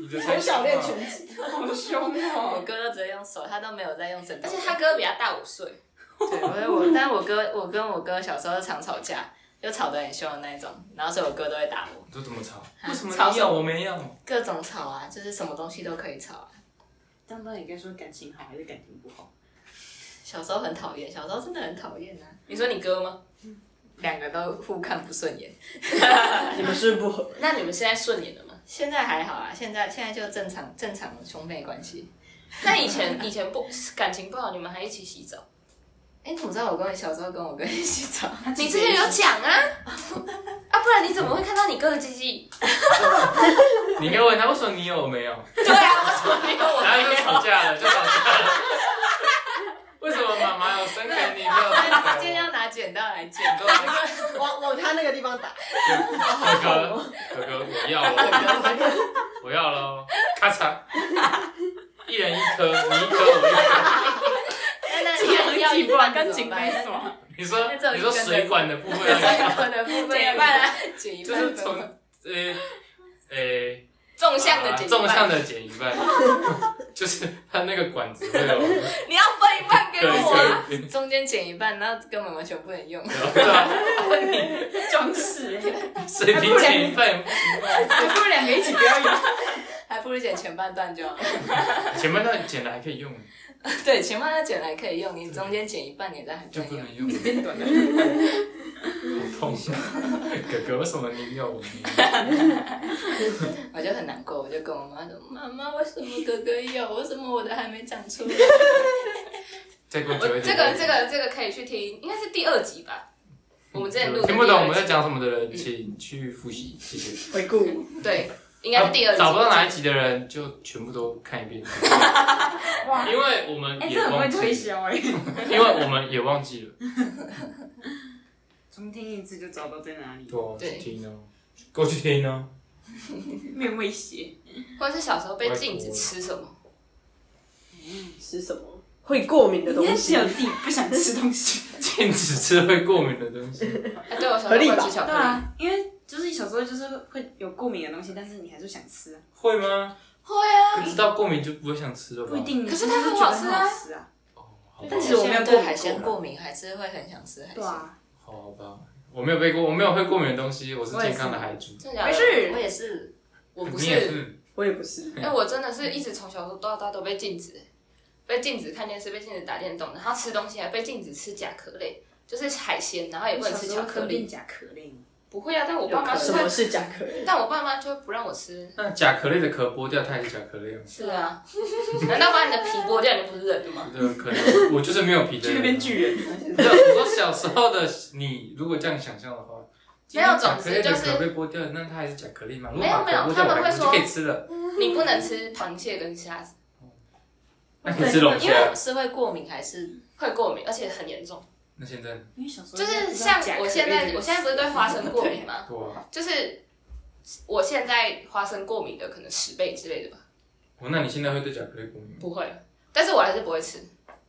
[SPEAKER 1] 你的才
[SPEAKER 3] 从
[SPEAKER 1] 凶
[SPEAKER 3] 小练
[SPEAKER 1] 啊，
[SPEAKER 3] 拳击，
[SPEAKER 4] 好凶
[SPEAKER 6] 我
[SPEAKER 4] 哦！
[SPEAKER 6] 哥都直接用手，他都没有在用枕头。
[SPEAKER 2] 而且他哥比他大五岁，
[SPEAKER 6] 对，我就我，但我哥，我跟我哥小时候常吵架，就吵得很凶的那种，然后所以我哥都会打我，
[SPEAKER 1] 你都怎么吵？为什么
[SPEAKER 6] 吵
[SPEAKER 1] 你
[SPEAKER 6] 什
[SPEAKER 1] 要
[SPEAKER 6] 么
[SPEAKER 1] 我没要？
[SPEAKER 6] 各种吵啊，就是什么东西都可以吵啊。
[SPEAKER 4] 这样到底该说感情好还是感情不好？
[SPEAKER 6] 小时候很讨厌，小时候真的很讨厌啊，
[SPEAKER 2] 你说你哥吗？
[SPEAKER 6] 两个都互看不顺眼。
[SPEAKER 3] 你们是不是不合。
[SPEAKER 2] 那你们现在顺眼了吗？
[SPEAKER 6] 现在还好啊，现在现在就正常正常的兄妹关系。
[SPEAKER 2] 那以前以前不感情不好，你们还一起洗 澡？
[SPEAKER 6] 哎，你怎么知道我跟我小时候跟我哥一起 吵？
[SPEAKER 2] 你之前有讲 啊，啊，不然你怎么会看到你哥的鸡鸡？
[SPEAKER 1] 你应该问他为什么你有我没有，
[SPEAKER 2] 对啊，为什么没有我
[SPEAKER 1] 然后就
[SPEAKER 2] 没有？
[SPEAKER 1] 吵架了，就吵架了，为什么妈妈有生给你没有生
[SPEAKER 6] 直接
[SPEAKER 1] 给
[SPEAKER 6] 要
[SPEAKER 1] 我？
[SPEAKER 6] 拿剪刀来剪。
[SPEAKER 1] 对啊
[SPEAKER 3] 往往他那个地方打，
[SPEAKER 1] 哥哥，哥哥，我要了，
[SPEAKER 3] 哦
[SPEAKER 1] 我要了，咔嚓，一人一颗，你一颗，我一颗。
[SPEAKER 6] 那那
[SPEAKER 4] 要
[SPEAKER 6] 要一半
[SPEAKER 4] 跟
[SPEAKER 6] 怎
[SPEAKER 4] 情
[SPEAKER 6] 么办
[SPEAKER 4] 杯爽，
[SPEAKER 1] 你说，你说水管的部分要一半，
[SPEAKER 6] 我的部分
[SPEAKER 2] 剪一
[SPEAKER 6] 半
[SPEAKER 2] 半
[SPEAKER 6] 啊，剪一
[SPEAKER 1] 就
[SPEAKER 6] 半
[SPEAKER 1] 是从呃呃
[SPEAKER 2] 纵向的姐 姐，
[SPEAKER 1] 纵向的减一半，就是它那个管子会有
[SPEAKER 2] 你要分一半给我啊！
[SPEAKER 1] 对对
[SPEAKER 6] 中间剪一半，然后根本完全不能用。
[SPEAKER 1] 对啊，
[SPEAKER 4] 装饰欸，
[SPEAKER 1] 水平减一半，
[SPEAKER 4] 他们两个一起表演，
[SPEAKER 6] 还不如剪前半段就好。
[SPEAKER 1] 前半段减了还可以用，
[SPEAKER 6] 对，前半段剪来可以用，你中间剪一半，你再还不
[SPEAKER 1] 就
[SPEAKER 6] 能
[SPEAKER 1] 不
[SPEAKER 6] 用。
[SPEAKER 1] 能用，
[SPEAKER 4] 变 短了。
[SPEAKER 1] 好痛啊！哥哥，为什么你有我没有？
[SPEAKER 6] 我就很难过，我就跟我妈说：“妈妈，为什么哥哥有？为什么我的还没长 出来
[SPEAKER 1] 再过久一点，
[SPEAKER 2] 这个这个这个可以去听，应该是第二集吧？我们之前录的
[SPEAKER 1] 听不懂我们
[SPEAKER 2] 第
[SPEAKER 1] 在
[SPEAKER 2] 二集
[SPEAKER 1] 讲什么的人，请去复习，谢谢。
[SPEAKER 3] 回顾
[SPEAKER 2] 对，应该是第二集。
[SPEAKER 1] 找不到哪一集的人，就全部都看一遍。
[SPEAKER 4] 哇
[SPEAKER 1] 因为我们
[SPEAKER 4] 哎，
[SPEAKER 1] 也
[SPEAKER 4] 这很会
[SPEAKER 1] 忘
[SPEAKER 4] 推
[SPEAKER 1] 记，
[SPEAKER 4] 销哎。
[SPEAKER 1] 因为我们也忘 记了。
[SPEAKER 4] 重听一次就找到在哪里，
[SPEAKER 1] 对啊，去
[SPEAKER 2] 对
[SPEAKER 1] 听哦，过去听哦。
[SPEAKER 4] 没有威胁。
[SPEAKER 2] 或者是小时候被禁止吃什么？
[SPEAKER 3] 吃什么会过敏的东
[SPEAKER 4] 应该是
[SPEAKER 3] 西，
[SPEAKER 4] 有自己不想吃东西。
[SPEAKER 1] 禁止吃会过敏的东西，
[SPEAKER 2] 哎，对我小时候
[SPEAKER 3] 合理吧
[SPEAKER 2] 会吃巧
[SPEAKER 4] 对
[SPEAKER 2] 克力。
[SPEAKER 4] 啊，因为就是小时候就是会有过敏的东西，但是你还是想吃啊，
[SPEAKER 1] 会吗？
[SPEAKER 2] 会啊，
[SPEAKER 1] 可知道过敏就不会想吃了吧？哦
[SPEAKER 4] 不一。定。
[SPEAKER 2] 可是
[SPEAKER 4] 你
[SPEAKER 2] 它
[SPEAKER 4] 就
[SPEAKER 2] 很
[SPEAKER 4] 觉得
[SPEAKER 2] 好吃啊
[SPEAKER 4] 很好吃啊。
[SPEAKER 1] 好吧
[SPEAKER 4] 但，是我没有过
[SPEAKER 6] 对
[SPEAKER 4] 敏
[SPEAKER 6] 海鲜过敏，还是会很想吃海
[SPEAKER 4] 对
[SPEAKER 6] 鲜。
[SPEAKER 4] 啊，
[SPEAKER 1] 好吧，我没有被过，我没有会过敏的东西，我是
[SPEAKER 4] 我也是
[SPEAKER 1] 健康的海猪。
[SPEAKER 2] 真的假的
[SPEAKER 4] 没事
[SPEAKER 6] 我也是，
[SPEAKER 2] 我不
[SPEAKER 1] 你也
[SPEAKER 2] 是。
[SPEAKER 1] 是，
[SPEAKER 3] 我也不是。
[SPEAKER 2] 哎，我真的是一直从小到大都被禁止，被禁止看电视，被禁止打电动，然
[SPEAKER 4] 哎
[SPEAKER 2] 后吃东西还被禁止吃甲壳类，就是海鲜，然后也不能吃巧克力。
[SPEAKER 4] 甲壳类，
[SPEAKER 2] 不会啊，但我爸妈
[SPEAKER 3] 什
[SPEAKER 2] 就
[SPEAKER 3] 么
[SPEAKER 2] 会，
[SPEAKER 3] 是甲壳类？
[SPEAKER 2] 但我爸妈就不让我吃。
[SPEAKER 1] 那甲壳类的壳剥掉，它也是甲壳类吗？
[SPEAKER 2] 是啊，难道把你的皮剥掉，你就不是人了吗？
[SPEAKER 1] 对，可能 我就是没有皮的
[SPEAKER 4] 去
[SPEAKER 1] 人。啊
[SPEAKER 4] 那边巨 人，
[SPEAKER 1] 对，我说小时候的你，如果这样想象的话，
[SPEAKER 2] 没有
[SPEAKER 1] 甲壳类的
[SPEAKER 2] 总之就
[SPEAKER 1] 壳
[SPEAKER 2] 是
[SPEAKER 1] 被剥掉，那它还是甲壳类嘛？如果
[SPEAKER 2] 没有
[SPEAKER 1] 把壳
[SPEAKER 2] 没有
[SPEAKER 1] 剥掉
[SPEAKER 2] 他们
[SPEAKER 1] 我
[SPEAKER 2] 会
[SPEAKER 1] 就可以吃了。
[SPEAKER 2] 你不能吃螃蟹跟虾子，
[SPEAKER 1] 那你吃龙
[SPEAKER 6] 因为
[SPEAKER 1] 虾？
[SPEAKER 6] 是会过敏还是？
[SPEAKER 2] 会过敏，而且很严重。
[SPEAKER 1] 那现在
[SPEAKER 4] 因为小时候
[SPEAKER 2] 就是像我现在，我现在不是对花生过敏吗？
[SPEAKER 1] 多啊，
[SPEAKER 2] 就是我现在花生过敏的可能十倍之类的吧，
[SPEAKER 1] 哦，那你现在会对甲壳类过 敏吗？
[SPEAKER 2] 不会，但是我还是不会吃，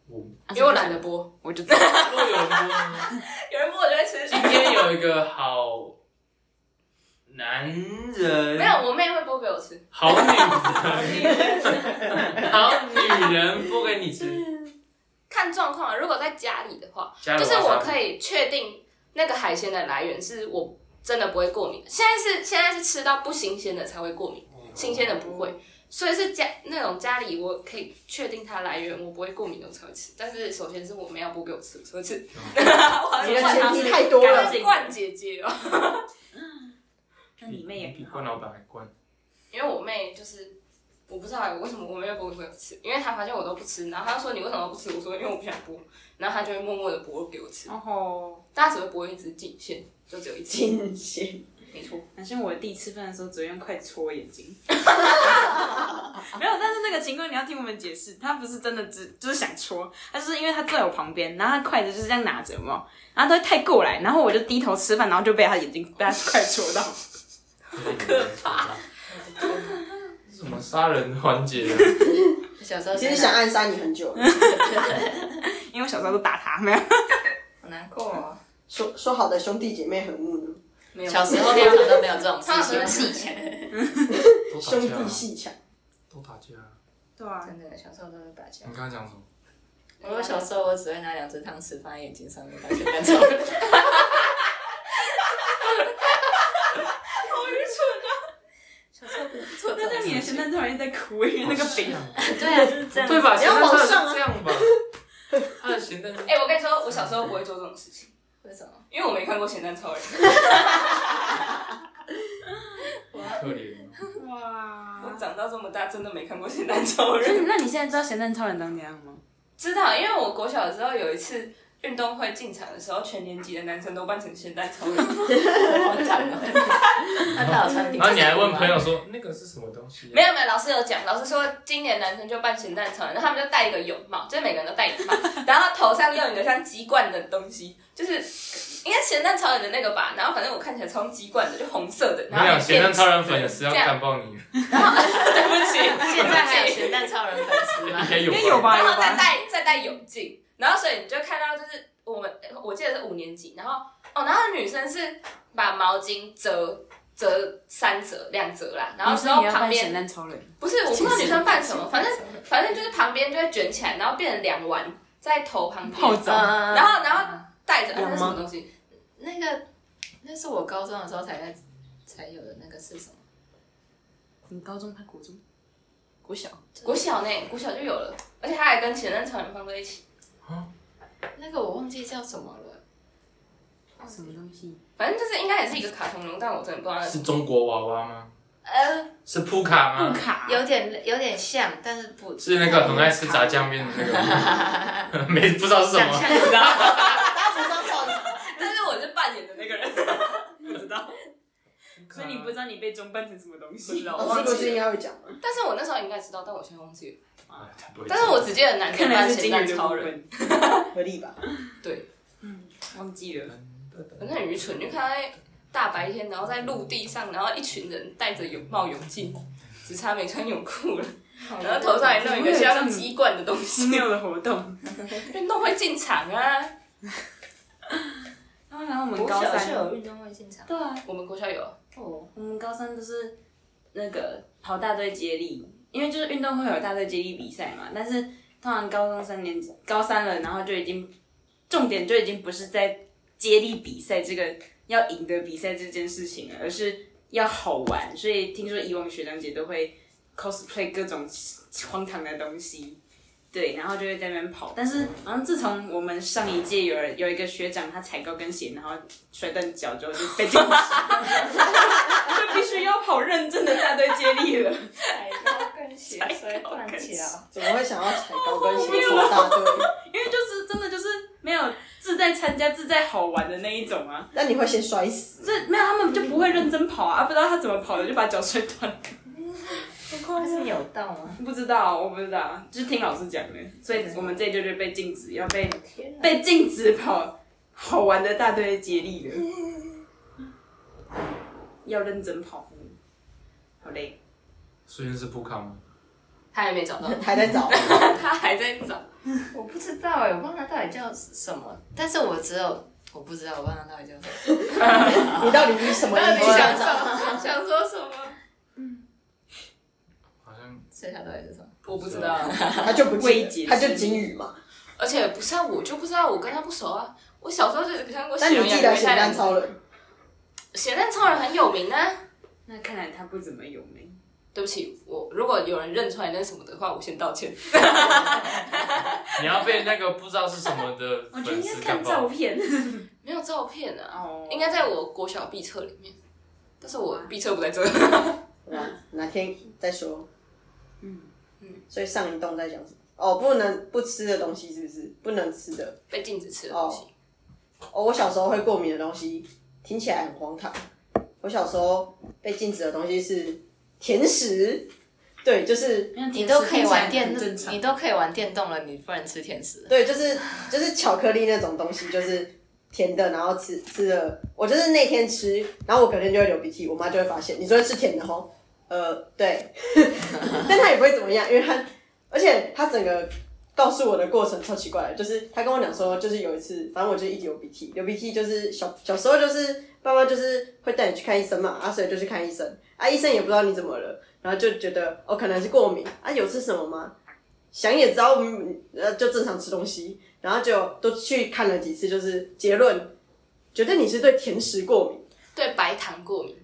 [SPEAKER 1] 我
[SPEAKER 2] 因为我懒得剥。
[SPEAKER 4] 我就知 道
[SPEAKER 1] 如果有人剥呢
[SPEAKER 2] 有人剥我就会吃，
[SPEAKER 1] 今天有一个好男人，
[SPEAKER 2] 没有，我妹会剥给我吃。
[SPEAKER 1] 好女 人，好女人不给你吃，
[SPEAKER 2] 看状况啊，如果在家里的话，
[SPEAKER 1] 加
[SPEAKER 2] 就是我可
[SPEAKER 1] 以
[SPEAKER 2] 以确定那个海鲜的来源是我真的不会过敏的。现在是现在是吃到不新鲜的才会过敏，新鲜的不会。所以是家那种家里我可以确定它来源，我不会过敏的我才会吃。但是首先是我妹要剥给我吃，所以吃。
[SPEAKER 3] 你的前提太多
[SPEAKER 4] 嗯
[SPEAKER 3] 了，
[SPEAKER 2] 冠姐姐哦，
[SPEAKER 4] 那你妹也
[SPEAKER 1] 嗯比关老板还关，
[SPEAKER 2] 因为我妹就是。我不知道为什么我妹不会吃，因为她发现我都不吃，然后她就说你为什么不吃？我说因为我不想剥，然后她就会默默的剥给我吃。
[SPEAKER 4] 然后，
[SPEAKER 2] 大家只会剥一只颈线，就只有一只，
[SPEAKER 3] 金钱
[SPEAKER 2] 没错。
[SPEAKER 4] 好像我弟吃饭的时候只会用筷戳眼睛。 没有，但是那个情况你要听我们解释，他不是真的只就是想戳，他就是因为他坐在我旁边，然后他筷子就是这样拿着嘛，然后他会太过来，然后我就低头吃饭，然后就被他眼睛被他筷戳到。
[SPEAKER 1] 可怕。什么杀人环 节啊？
[SPEAKER 6] 小时候
[SPEAKER 3] 其实想暗杀你很久了，
[SPEAKER 4] 因为我小时候都打他，没有。
[SPEAKER 6] 好难过哦。
[SPEAKER 3] 说说好的兄弟姐妹和睦呢？
[SPEAKER 2] 没有
[SPEAKER 6] 小时候通常都没有这种
[SPEAKER 2] 他们
[SPEAKER 6] 事
[SPEAKER 2] 都
[SPEAKER 6] 情，
[SPEAKER 2] 细钱，
[SPEAKER 1] 都打
[SPEAKER 3] 兄
[SPEAKER 1] 架
[SPEAKER 3] 弟
[SPEAKER 1] 啊，
[SPEAKER 3] 戏强，
[SPEAKER 1] 都打架啊。
[SPEAKER 4] 对啊，
[SPEAKER 6] 真的小时候都是打架。
[SPEAKER 1] 你刚刚讲什么？
[SPEAKER 6] 我说小时候我只会拿两只汤匙放在眼睛上面，当成干草。好愚蠢啊！小时候不是做这
[SPEAKER 4] 那
[SPEAKER 6] 种
[SPEAKER 4] 你的
[SPEAKER 6] 事
[SPEAKER 4] 咸蛋突然在哭，因为那个 饼。
[SPEAKER 6] 对啊，就是这样。
[SPEAKER 1] 对吧？
[SPEAKER 3] 你要往上啊
[SPEAKER 1] 是这样吧？他的咸蛋是
[SPEAKER 2] 哎、我跟你说，我小时候不会做这种事情，
[SPEAKER 6] 为什么？
[SPEAKER 2] 因为我没看过咸蛋超人。
[SPEAKER 1] 可怜哦。
[SPEAKER 2] 我
[SPEAKER 4] 哇！
[SPEAKER 2] 长到这么大，真的没看过咸蛋超
[SPEAKER 4] 那
[SPEAKER 2] 人。
[SPEAKER 4] 那你现在知道咸蛋超人长怎样吗？
[SPEAKER 2] 知道，因为我国小的时候有一次运动会进场的时候，全年级的男生都扮成咸蛋超人，
[SPEAKER 6] 好惨哦！那他有穿底
[SPEAKER 1] 然后你还问朋友说那个是什么东西啊？
[SPEAKER 2] 没有没有，老师有讲，老师说今年男生就扮咸蛋超人，然后他们就戴一个泳帽，就是每个人都戴泳 帽，然后头上用一个像鸡冠的东西，就是应该咸蛋超人的那个吧，然后反正我看起来超像鸡冠的，就红色的，
[SPEAKER 1] 我
[SPEAKER 2] 然
[SPEAKER 1] 跟你
[SPEAKER 2] 后
[SPEAKER 1] 讲，
[SPEAKER 2] 也
[SPEAKER 1] 咸
[SPEAKER 2] 变
[SPEAKER 1] 蛋超人
[SPEAKER 2] 紫
[SPEAKER 1] 粉丝要
[SPEAKER 2] 这样
[SPEAKER 1] 干爆你，
[SPEAKER 2] 对不起，
[SPEAKER 6] 现在还有咸蛋超人粉丝吗
[SPEAKER 1] 应？该有
[SPEAKER 4] 应该有吧
[SPEAKER 2] 然后再戴再戴泳镜，然后所以你就看到就是我们我记得是五年级，然后哦，然后女生是把毛巾折折三折两折啦，然后之后
[SPEAKER 4] 你要
[SPEAKER 2] 旁
[SPEAKER 4] 扮咸
[SPEAKER 2] 边
[SPEAKER 4] 蛋超人，
[SPEAKER 2] 不是我不知道女生扮什 么，反正反正就是旁边就会卷起来，然后变成两丸在头旁
[SPEAKER 4] 泡
[SPEAKER 2] 边，
[SPEAKER 4] 澡。
[SPEAKER 6] 嗯
[SPEAKER 2] 然后然后戴着、啊、
[SPEAKER 3] 有
[SPEAKER 2] 那
[SPEAKER 3] 吗
[SPEAKER 2] 是什么东西？
[SPEAKER 6] 那个那是我高中的时候才在才有的那个是什么？
[SPEAKER 4] 你高中拍国中，国小
[SPEAKER 2] 国小呢，国小就有了，而且它还跟前任超人放在一起，
[SPEAKER 6] 那个我忘记叫什么了。
[SPEAKER 4] 什么东西？
[SPEAKER 2] 反正就是应该也是一个卡通人物，但我真的不知道那是
[SPEAKER 1] 是中国娃娃吗？
[SPEAKER 6] 呃，
[SPEAKER 1] 是扑卡吗？
[SPEAKER 4] 卡
[SPEAKER 6] 有点有点像，但是不
[SPEAKER 1] 是那个很爱吃炸酱面的那个吗， 没不知道是什
[SPEAKER 6] 长
[SPEAKER 1] 么。
[SPEAKER 6] 相知道。
[SPEAKER 3] 大家手上少
[SPEAKER 2] 但是我是扮演的那个人。
[SPEAKER 4] 不知道，所以你不知道你被装扮成什么东西。
[SPEAKER 3] 老师不是应该会讲吗？
[SPEAKER 2] 但是我那时候应该知道，但我现在忘记了。
[SPEAKER 1] 啊他不会
[SPEAKER 2] 但是我只记得男
[SPEAKER 4] 看
[SPEAKER 2] 生
[SPEAKER 4] 来
[SPEAKER 2] 扮
[SPEAKER 4] 是
[SPEAKER 2] 咸
[SPEAKER 4] 金鱼
[SPEAKER 2] 蛋
[SPEAKER 4] 的
[SPEAKER 2] 超
[SPEAKER 4] 部
[SPEAKER 2] 人，
[SPEAKER 4] 分，
[SPEAKER 3] 合理吧？
[SPEAKER 4] 忘记了。
[SPEAKER 2] 反正很愚蠢，就看他在大白天，然后在陆地上，然后一群人戴着泳帽、泳镜，只差没穿泳裤了，然后头上还弄一个像鸡冠的东西，
[SPEAKER 4] 没有的活动。
[SPEAKER 2] 运动会进场啊。
[SPEAKER 4] 然啊后，然后我们
[SPEAKER 6] 我
[SPEAKER 4] 高
[SPEAKER 6] 小
[SPEAKER 4] 三
[SPEAKER 6] 是，有运动会进场
[SPEAKER 4] 对啊，
[SPEAKER 2] 我们国校有，
[SPEAKER 6] 哦，
[SPEAKER 4] 我们高三都是那个跑大队接力，因为就是运动会有大队接力比赛嘛。但是通常高中三年级、高三了，然后就已经重点就已经不是在接力比赛这个要赢得比赛这件事情了，而是要好玩。所以听说以往学长姐都会 cosplay 各种荒唐的东西，对，然后就会在那边跑。但是好像自从我们上一届有人有一个学长，他踩高跟鞋，然后摔断脚之后就被 禁止，就必须要跑认真的大队接力了。
[SPEAKER 6] 踩高跟鞋摔断脚，
[SPEAKER 3] 怎么会想要踩高跟鞋走大队？
[SPEAKER 4] 因为就是真的就是没有自在参加、自在好玩的那一种啊，
[SPEAKER 3] 那你会先摔死。
[SPEAKER 4] 这没有他们就不会认真跑啊，啊不知道他怎么跑的就把脚摔断了。
[SPEAKER 6] 它是扭到吗？
[SPEAKER 4] 不知道，我不知道，就是听老师讲的，所以我们这一届就被禁止，要被被禁止跑好玩的大队接力了，要认真跑步，好累。
[SPEAKER 1] 所以是普卡吗？
[SPEAKER 2] 他还没找到，
[SPEAKER 3] 还在找，
[SPEAKER 2] 他还在找。
[SPEAKER 6] 我不知道哎、我忘了它到底叫什么，但是我只有我不知道，我忘了它到底叫什么。
[SPEAKER 3] 你到底是什么意
[SPEAKER 2] 你想
[SPEAKER 3] 思？
[SPEAKER 2] 说想说什么？
[SPEAKER 1] 好像
[SPEAKER 6] 所以它到底是什么？
[SPEAKER 2] 我不知道，
[SPEAKER 3] 他就不
[SPEAKER 4] 未
[SPEAKER 3] 记
[SPEAKER 4] 解
[SPEAKER 3] 得，他就
[SPEAKER 4] 之谜
[SPEAKER 3] 金鱼嘛。
[SPEAKER 2] 而且不是啊，我就不知道，我跟他不熟啊。我小时候就只看过《
[SPEAKER 3] 那
[SPEAKER 2] 喜羊
[SPEAKER 3] 你
[SPEAKER 2] 羊
[SPEAKER 3] 记得
[SPEAKER 2] 与
[SPEAKER 3] 咸
[SPEAKER 2] 太阳
[SPEAKER 3] 蛋》，超人？
[SPEAKER 2] 咸蛋超人很有名啊。
[SPEAKER 4] 那看来他不怎么有名，
[SPEAKER 2] 对不起，我如果有人认出来那是什么的话，我先道歉。
[SPEAKER 8] 你要被那个不知道是什么的
[SPEAKER 4] 我觉
[SPEAKER 8] 粉
[SPEAKER 4] 得应该
[SPEAKER 8] 丝感
[SPEAKER 4] 看照
[SPEAKER 8] 爆。
[SPEAKER 4] 片。
[SPEAKER 2] 没有照片啊，
[SPEAKER 4] 哦
[SPEAKER 2] 应该在我国小必测里面，但是我必测不在这。
[SPEAKER 3] 哪哪天再说。
[SPEAKER 4] 嗯
[SPEAKER 2] 嗯
[SPEAKER 3] 所以上一栋在讲什么？哦，不能不吃的东西是不是？不能吃的。
[SPEAKER 2] 被禁止吃的东西。
[SPEAKER 3] 哦，我小时候会过敏的东西，听起来很荒唐。我小时候被禁止的东西是甜食，对，就是
[SPEAKER 6] 你都可以玩电
[SPEAKER 4] 很正，常
[SPEAKER 6] 你都可以玩电动了，你不能吃甜食。
[SPEAKER 3] 对，就是就是巧克力那种东西，就是甜的，然后吃吃了，我就是那天吃，然后我隔天就会流鼻涕，我妈就会发现你昨天吃甜的吼，呃，对，但她也不会怎么样，因为她，而且她整个告诉我的过程超奇怪的，就是她跟我讲说，就是有一次，反正我就一直流鼻涕，流鼻涕就是小小时候就是爸妈就是会带你去看医生嘛，啊，所以就去看医生，啊，医生也不知道你怎么了，然后就觉得哦，可能是过敏，啊，有吃什么吗？想也知道，嗯，呃，就正常吃东西，然后就都去看了几次，就是结论，觉得你是对甜食过敏，
[SPEAKER 2] 对白糖过敏，
[SPEAKER 3] 哦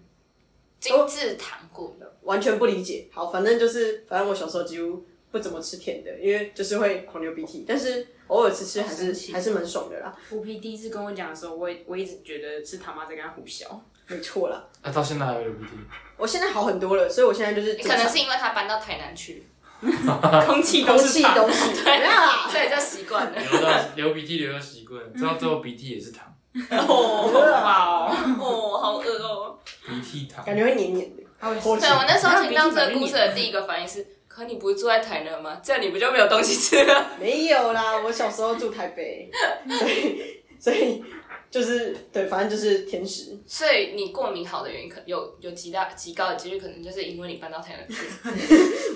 [SPEAKER 2] 精致糖过敏。
[SPEAKER 3] 完全不理解。好，反正就是，反正我小时候几乎不怎么吃甜的，因为就是会狂流鼻涕，但是偶尔吃吃还
[SPEAKER 2] 哦
[SPEAKER 6] 好神
[SPEAKER 3] 是
[SPEAKER 6] 奇
[SPEAKER 3] 还是蛮爽的啦，
[SPEAKER 4] 虎皮第一次跟我讲的时候，我也我一直觉得是他妈在跟他胡笑。
[SPEAKER 3] 没错啦。
[SPEAKER 1] 啊，到现在还有流鼻涕，
[SPEAKER 3] 我现在好很多了，所以我现在就是
[SPEAKER 2] 可能是因为他搬到台南去，
[SPEAKER 4] 空气
[SPEAKER 3] 空
[SPEAKER 4] 都
[SPEAKER 3] 气
[SPEAKER 4] 是他
[SPEAKER 3] 都是啊没有啦，
[SPEAKER 2] 所以就习惯了。
[SPEAKER 8] 流到流鼻涕流到习惯，知道最后鼻涕也是糖，
[SPEAKER 4] 哦， 哇哦！
[SPEAKER 2] 哦，好恶哦！
[SPEAKER 1] 鼻涕糖。
[SPEAKER 3] 感觉会黏黏的，它会齁起
[SPEAKER 2] 对我
[SPEAKER 3] 来。
[SPEAKER 2] 那时候听到这个故事的第一个反应是：可你不是住在台南吗？这样你不就没有东西吃了？
[SPEAKER 3] 没有啦，我小时候住台北，所以所以就是对，反正就是甜食。
[SPEAKER 2] 所以你过敏好的原因，可有有极大极高的几率，可能就是因为你搬到台南去。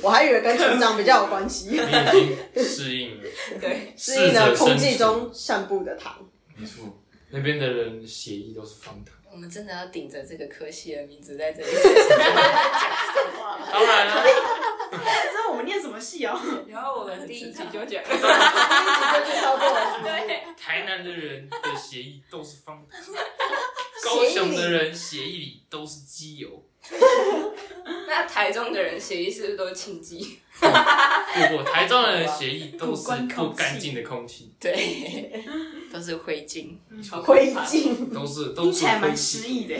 [SPEAKER 3] 我还以为跟成长比较有关 系，
[SPEAKER 8] 你已经适应了，
[SPEAKER 2] 对，
[SPEAKER 3] 适
[SPEAKER 8] 适
[SPEAKER 3] 应了
[SPEAKER 8] 者生
[SPEAKER 3] 空
[SPEAKER 8] 存
[SPEAKER 3] 气中散步的糖。
[SPEAKER 8] 没错。那边的人血液都是方糖，
[SPEAKER 6] 我们真的要顶着这个科系的名字在这里。
[SPEAKER 8] 当然了，
[SPEAKER 4] 知道我们念什么戏 哦？
[SPEAKER 2] 然后我们第一集就 讲，
[SPEAKER 8] 台南的人的血液都是方糖，高雄的人血液里都是机油，
[SPEAKER 2] 那台中的人协议是不是都是亲戚？
[SPEAKER 8] 不不，台中人的血液都是不干净的空气，
[SPEAKER 6] 对，都是灰烬。
[SPEAKER 3] 灰烬，
[SPEAKER 8] 都是都
[SPEAKER 4] 听
[SPEAKER 8] 是
[SPEAKER 4] 起来
[SPEAKER 8] 灰
[SPEAKER 4] 蛮诗
[SPEAKER 8] 烬。
[SPEAKER 4] 意的。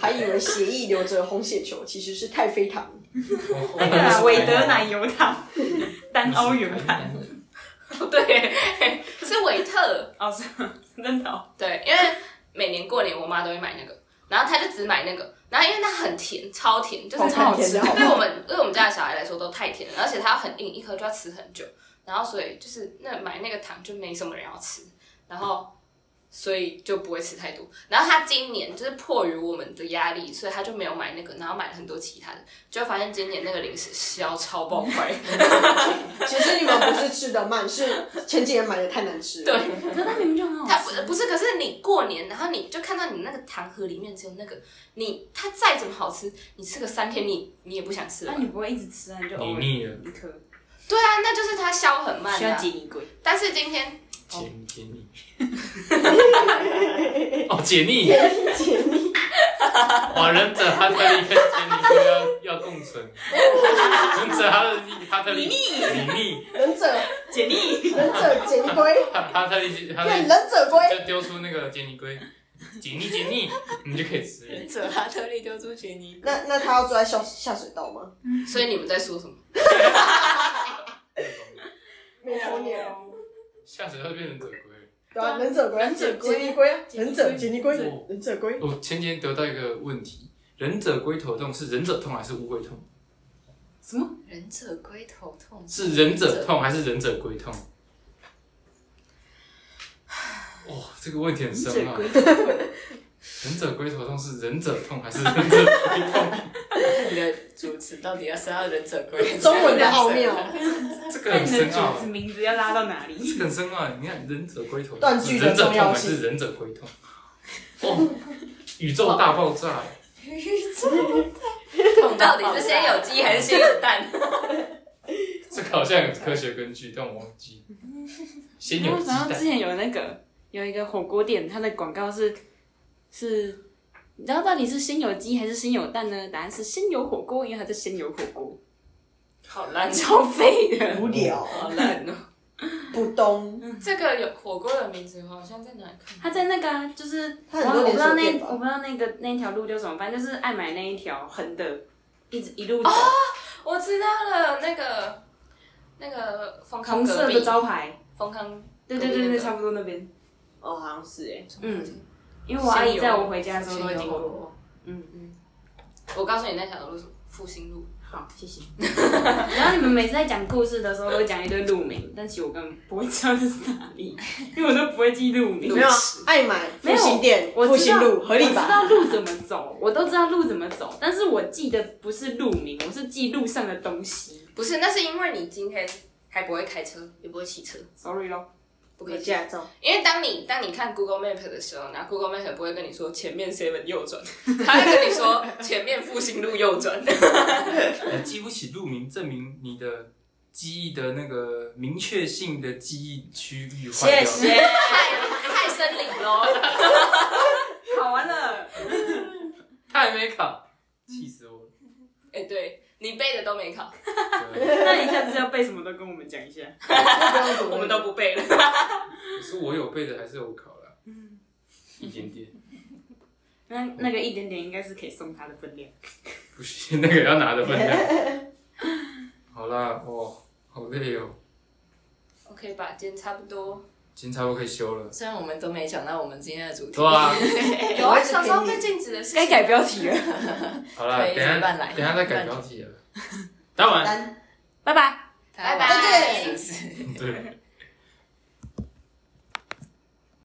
[SPEAKER 3] 还以为血液流着红血球，其实是太妃糖。
[SPEAKER 8] 哦
[SPEAKER 4] 那个啦韦德奶油糖，单欧元版。
[SPEAKER 2] 对， 是维特。
[SPEAKER 4] 哦，是吗 真的哦。
[SPEAKER 2] 对，因为每年过年我妈都会买那个，然后她就只买那个，然后因为它很甜，超甜，就是
[SPEAKER 3] 超甜的好不好
[SPEAKER 2] 对我们对我们家的小孩来说都太甜了，而且它很硬，一颗就要吃很久，然后所以就是那买那个糖就没什么人要吃，然后。所以就不会吃太多。然后他今年就是迫于我们的压力，所以他就没有买那个，然后买了很多其他的，就发现今年那个零食消超爆快。
[SPEAKER 3] 其实你们不是吃的慢，是前几年买的太难吃了。
[SPEAKER 2] 对，
[SPEAKER 4] 哦可是它明明就很
[SPEAKER 2] 它
[SPEAKER 4] 好
[SPEAKER 2] 不
[SPEAKER 4] 吃。
[SPEAKER 2] 不是，可是你过年，然后你就看到你那个糖盒里面只有那个，你它再怎么好吃，你吃个三天你你也不想吃了
[SPEAKER 4] 那。你不会一直吃啊？你就
[SPEAKER 8] 你
[SPEAKER 4] 偶尔
[SPEAKER 8] 腻了，
[SPEAKER 4] 一颗，
[SPEAKER 2] 对啊，那就是它消很慢
[SPEAKER 4] 需要
[SPEAKER 2] 啊。
[SPEAKER 4] 解腻鬼。
[SPEAKER 2] 但是今天
[SPEAKER 8] 解 解腻，哦解腻，
[SPEAKER 3] 解腻，
[SPEAKER 1] 哇，忍者哈特利跟杰尼龟要要共存，忍者哈特利哈特利米密
[SPEAKER 3] 忍者
[SPEAKER 4] 解腻。
[SPEAKER 3] 忍者解尼龟，
[SPEAKER 1] 哈哈特利哈特
[SPEAKER 3] 变
[SPEAKER 1] 利
[SPEAKER 3] 忍者龟，
[SPEAKER 1] 就丢出那个杰尼龟，解腻解腻，你就可以吃了。
[SPEAKER 6] 忍者哈特利丢出杰尼，
[SPEAKER 3] 那那他要住在下下水道吗？
[SPEAKER 2] 所以你们在说什么？
[SPEAKER 3] 没有鸟。
[SPEAKER 1] 下水道变忍者龟。
[SPEAKER 3] 对啊，忍者龟，
[SPEAKER 4] 忍者龟
[SPEAKER 3] 杰尼龟啊，忍者杰
[SPEAKER 4] 杰
[SPEAKER 3] 尼龟
[SPEAKER 1] 对，
[SPEAKER 3] 忍者龟，
[SPEAKER 1] 我前几天得到一个问题：忍者龟头痛是忍者痛还是乌龟痛？
[SPEAKER 6] 忍者龟头痛
[SPEAKER 1] 是忍者痛还是忍者龟痛？ 哇、这个问题很深啊奥。忍者龟头痛是忍者痛还是忍者龟痛？
[SPEAKER 6] 那 你的主旨到底要是要忍者龟？
[SPEAKER 3] 中文的奥妙，
[SPEAKER 1] 这个
[SPEAKER 4] 那
[SPEAKER 1] 很
[SPEAKER 4] 你的
[SPEAKER 1] 深
[SPEAKER 4] 主
[SPEAKER 1] 奥欸
[SPEAKER 4] 子，名字要拉到哪里？
[SPEAKER 1] 这个很深奥。欸你看忍者龟头
[SPEAKER 3] 断
[SPEAKER 1] 痛
[SPEAKER 3] 句
[SPEAKER 1] 是
[SPEAKER 3] 的
[SPEAKER 1] 忍者
[SPEAKER 3] 重
[SPEAKER 1] 痛
[SPEAKER 3] 要
[SPEAKER 1] 还
[SPEAKER 3] 性
[SPEAKER 1] 是忍者龟痛？哦，宇宙大爆炸！欸
[SPEAKER 6] 痛
[SPEAKER 2] 到底是先有鸡还是先有蛋？
[SPEAKER 1] 这个好像有科学根据，但我忘记。先有鸡
[SPEAKER 4] 然后之
[SPEAKER 1] 蛋，
[SPEAKER 4] 前有那个有一个火锅店，它的广告是是，你知道到底是先有鸡还是先有蛋呢？答案是先有火锅，因为它在先有火锅，
[SPEAKER 6] 好烂
[SPEAKER 4] 超废的。
[SPEAKER 3] 无聊，
[SPEAKER 6] 好烂哦！
[SPEAKER 3] 不懂，
[SPEAKER 4] 嗯
[SPEAKER 2] 这个有火锅的名字，我好像在哪里看
[SPEAKER 4] 它在那个、啊、就是
[SPEAKER 3] 它
[SPEAKER 4] 我
[SPEAKER 3] 很多
[SPEAKER 4] 我不知道那
[SPEAKER 3] 连锁店吧
[SPEAKER 4] 我不知道那个那一条路叫什么，反正就是爱买那一条横的，一直一路走、
[SPEAKER 2] 我知道了，那个那个丰康
[SPEAKER 4] 红
[SPEAKER 2] 隔
[SPEAKER 4] 色
[SPEAKER 2] 壁
[SPEAKER 4] 的，招牌。
[SPEAKER 2] 丰康
[SPEAKER 4] 对对对
[SPEAKER 2] 隔壁那
[SPEAKER 4] 对，
[SPEAKER 2] 个
[SPEAKER 4] 差不多那边。
[SPEAKER 3] 哦，好像是哎，
[SPEAKER 4] 嗯，因为我阿姨在我回家的时候都会
[SPEAKER 2] 先
[SPEAKER 4] 经
[SPEAKER 2] 有火
[SPEAKER 4] 过。
[SPEAKER 2] 锅。
[SPEAKER 4] 嗯
[SPEAKER 2] 嗯，我告诉你那条路是什么复兴路，
[SPEAKER 4] 好，谢谢。 然后你们每次在讲故事的时候，都会讲一堆路名，但其实我根本不会知道这是哪里，因为我都不会记路名。
[SPEAKER 3] 没有啊爱买
[SPEAKER 4] 没
[SPEAKER 3] 复
[SPEAKER 4] 有
[SPEAKER 3] 兴店、
[SPEAKER 4] 我知道
[SPEAKER 3] 复兴路，合理
[SPEAKER 4] 我知
[SPEAKER 3] 吧？
[SPEAKER 4] 道路怎么走，我都知道路怎么走，但是我记得不是路名，我是记路上的东西。
[SPEAKER 2] 不是，那是因为你今天还不会开车，也不会骑车，
[SPEAKER 4] Sorry 咯，
[SPEAKER 2] 不可
[SPEAKER 3] 没
[SPEAKER 2] 以这样。
[SPEAKER 3] 驾照，
[SPEAKER 2] 因为当你当你看 Google Map 的时候，然后 Google Map 不会跟你说前面 seven 右转， 他会跟你说前面复兴路右转。
[SPEAKER 1] 你哎记不起路名，证明你的记忆的那个明确性的记忆区域坏掉了。
[SPEAKER 2] 太太森林喽！
[SPEAKER 4] 考完了，
[SPEAKER 1] 太没考，气死我了。
[SPEAKER 2] 哎、对你背的都没考，
[SPEAKER 1] 对
[SPEAKER 4] 那你下次要背什么都跟我们讲一下。
[SPEAKER 2] 我们都不背了。
[SPEAKER 1] 可是我有背的还是有考了，一点点。
[SPEAKER 4] 那那个一点点应该是可以送他的分量。
[SPEAKER 1] 不行，那个要拿的分量。好啦，哦，好累哦，
[SPEAKER 2] OK 吧，今天差不多。
[SPEAKER 1] 今天差不多可以休了。
[SPEAKER 6] 虽然我们都没讲到我们今天的主题，
[SPEAKER 1] 对啊，
[SPEAKER 2] 有啊，小时候被禁止的事
[SPEAKER 6] 哎
[SPEAKER 2] 情。
[SPEAKER 4] 标 题了，
[SPEAKER 1] 好啦，
[SPEAKER 6] 可以
[SPEAKER 1] 等一下
[SPEAKER 6] 怎么办来
[SPEAKER 1] 等一下再改 标题了。当然，
[SPEAKER 3] 单
[SPEAKER 4] 拜拜。
[SPEAKER 6] 拜
[SPEAKER 2] 拜拜
[SPEAKER 6] 是不是？
[SPEAKER 1] 嗯对，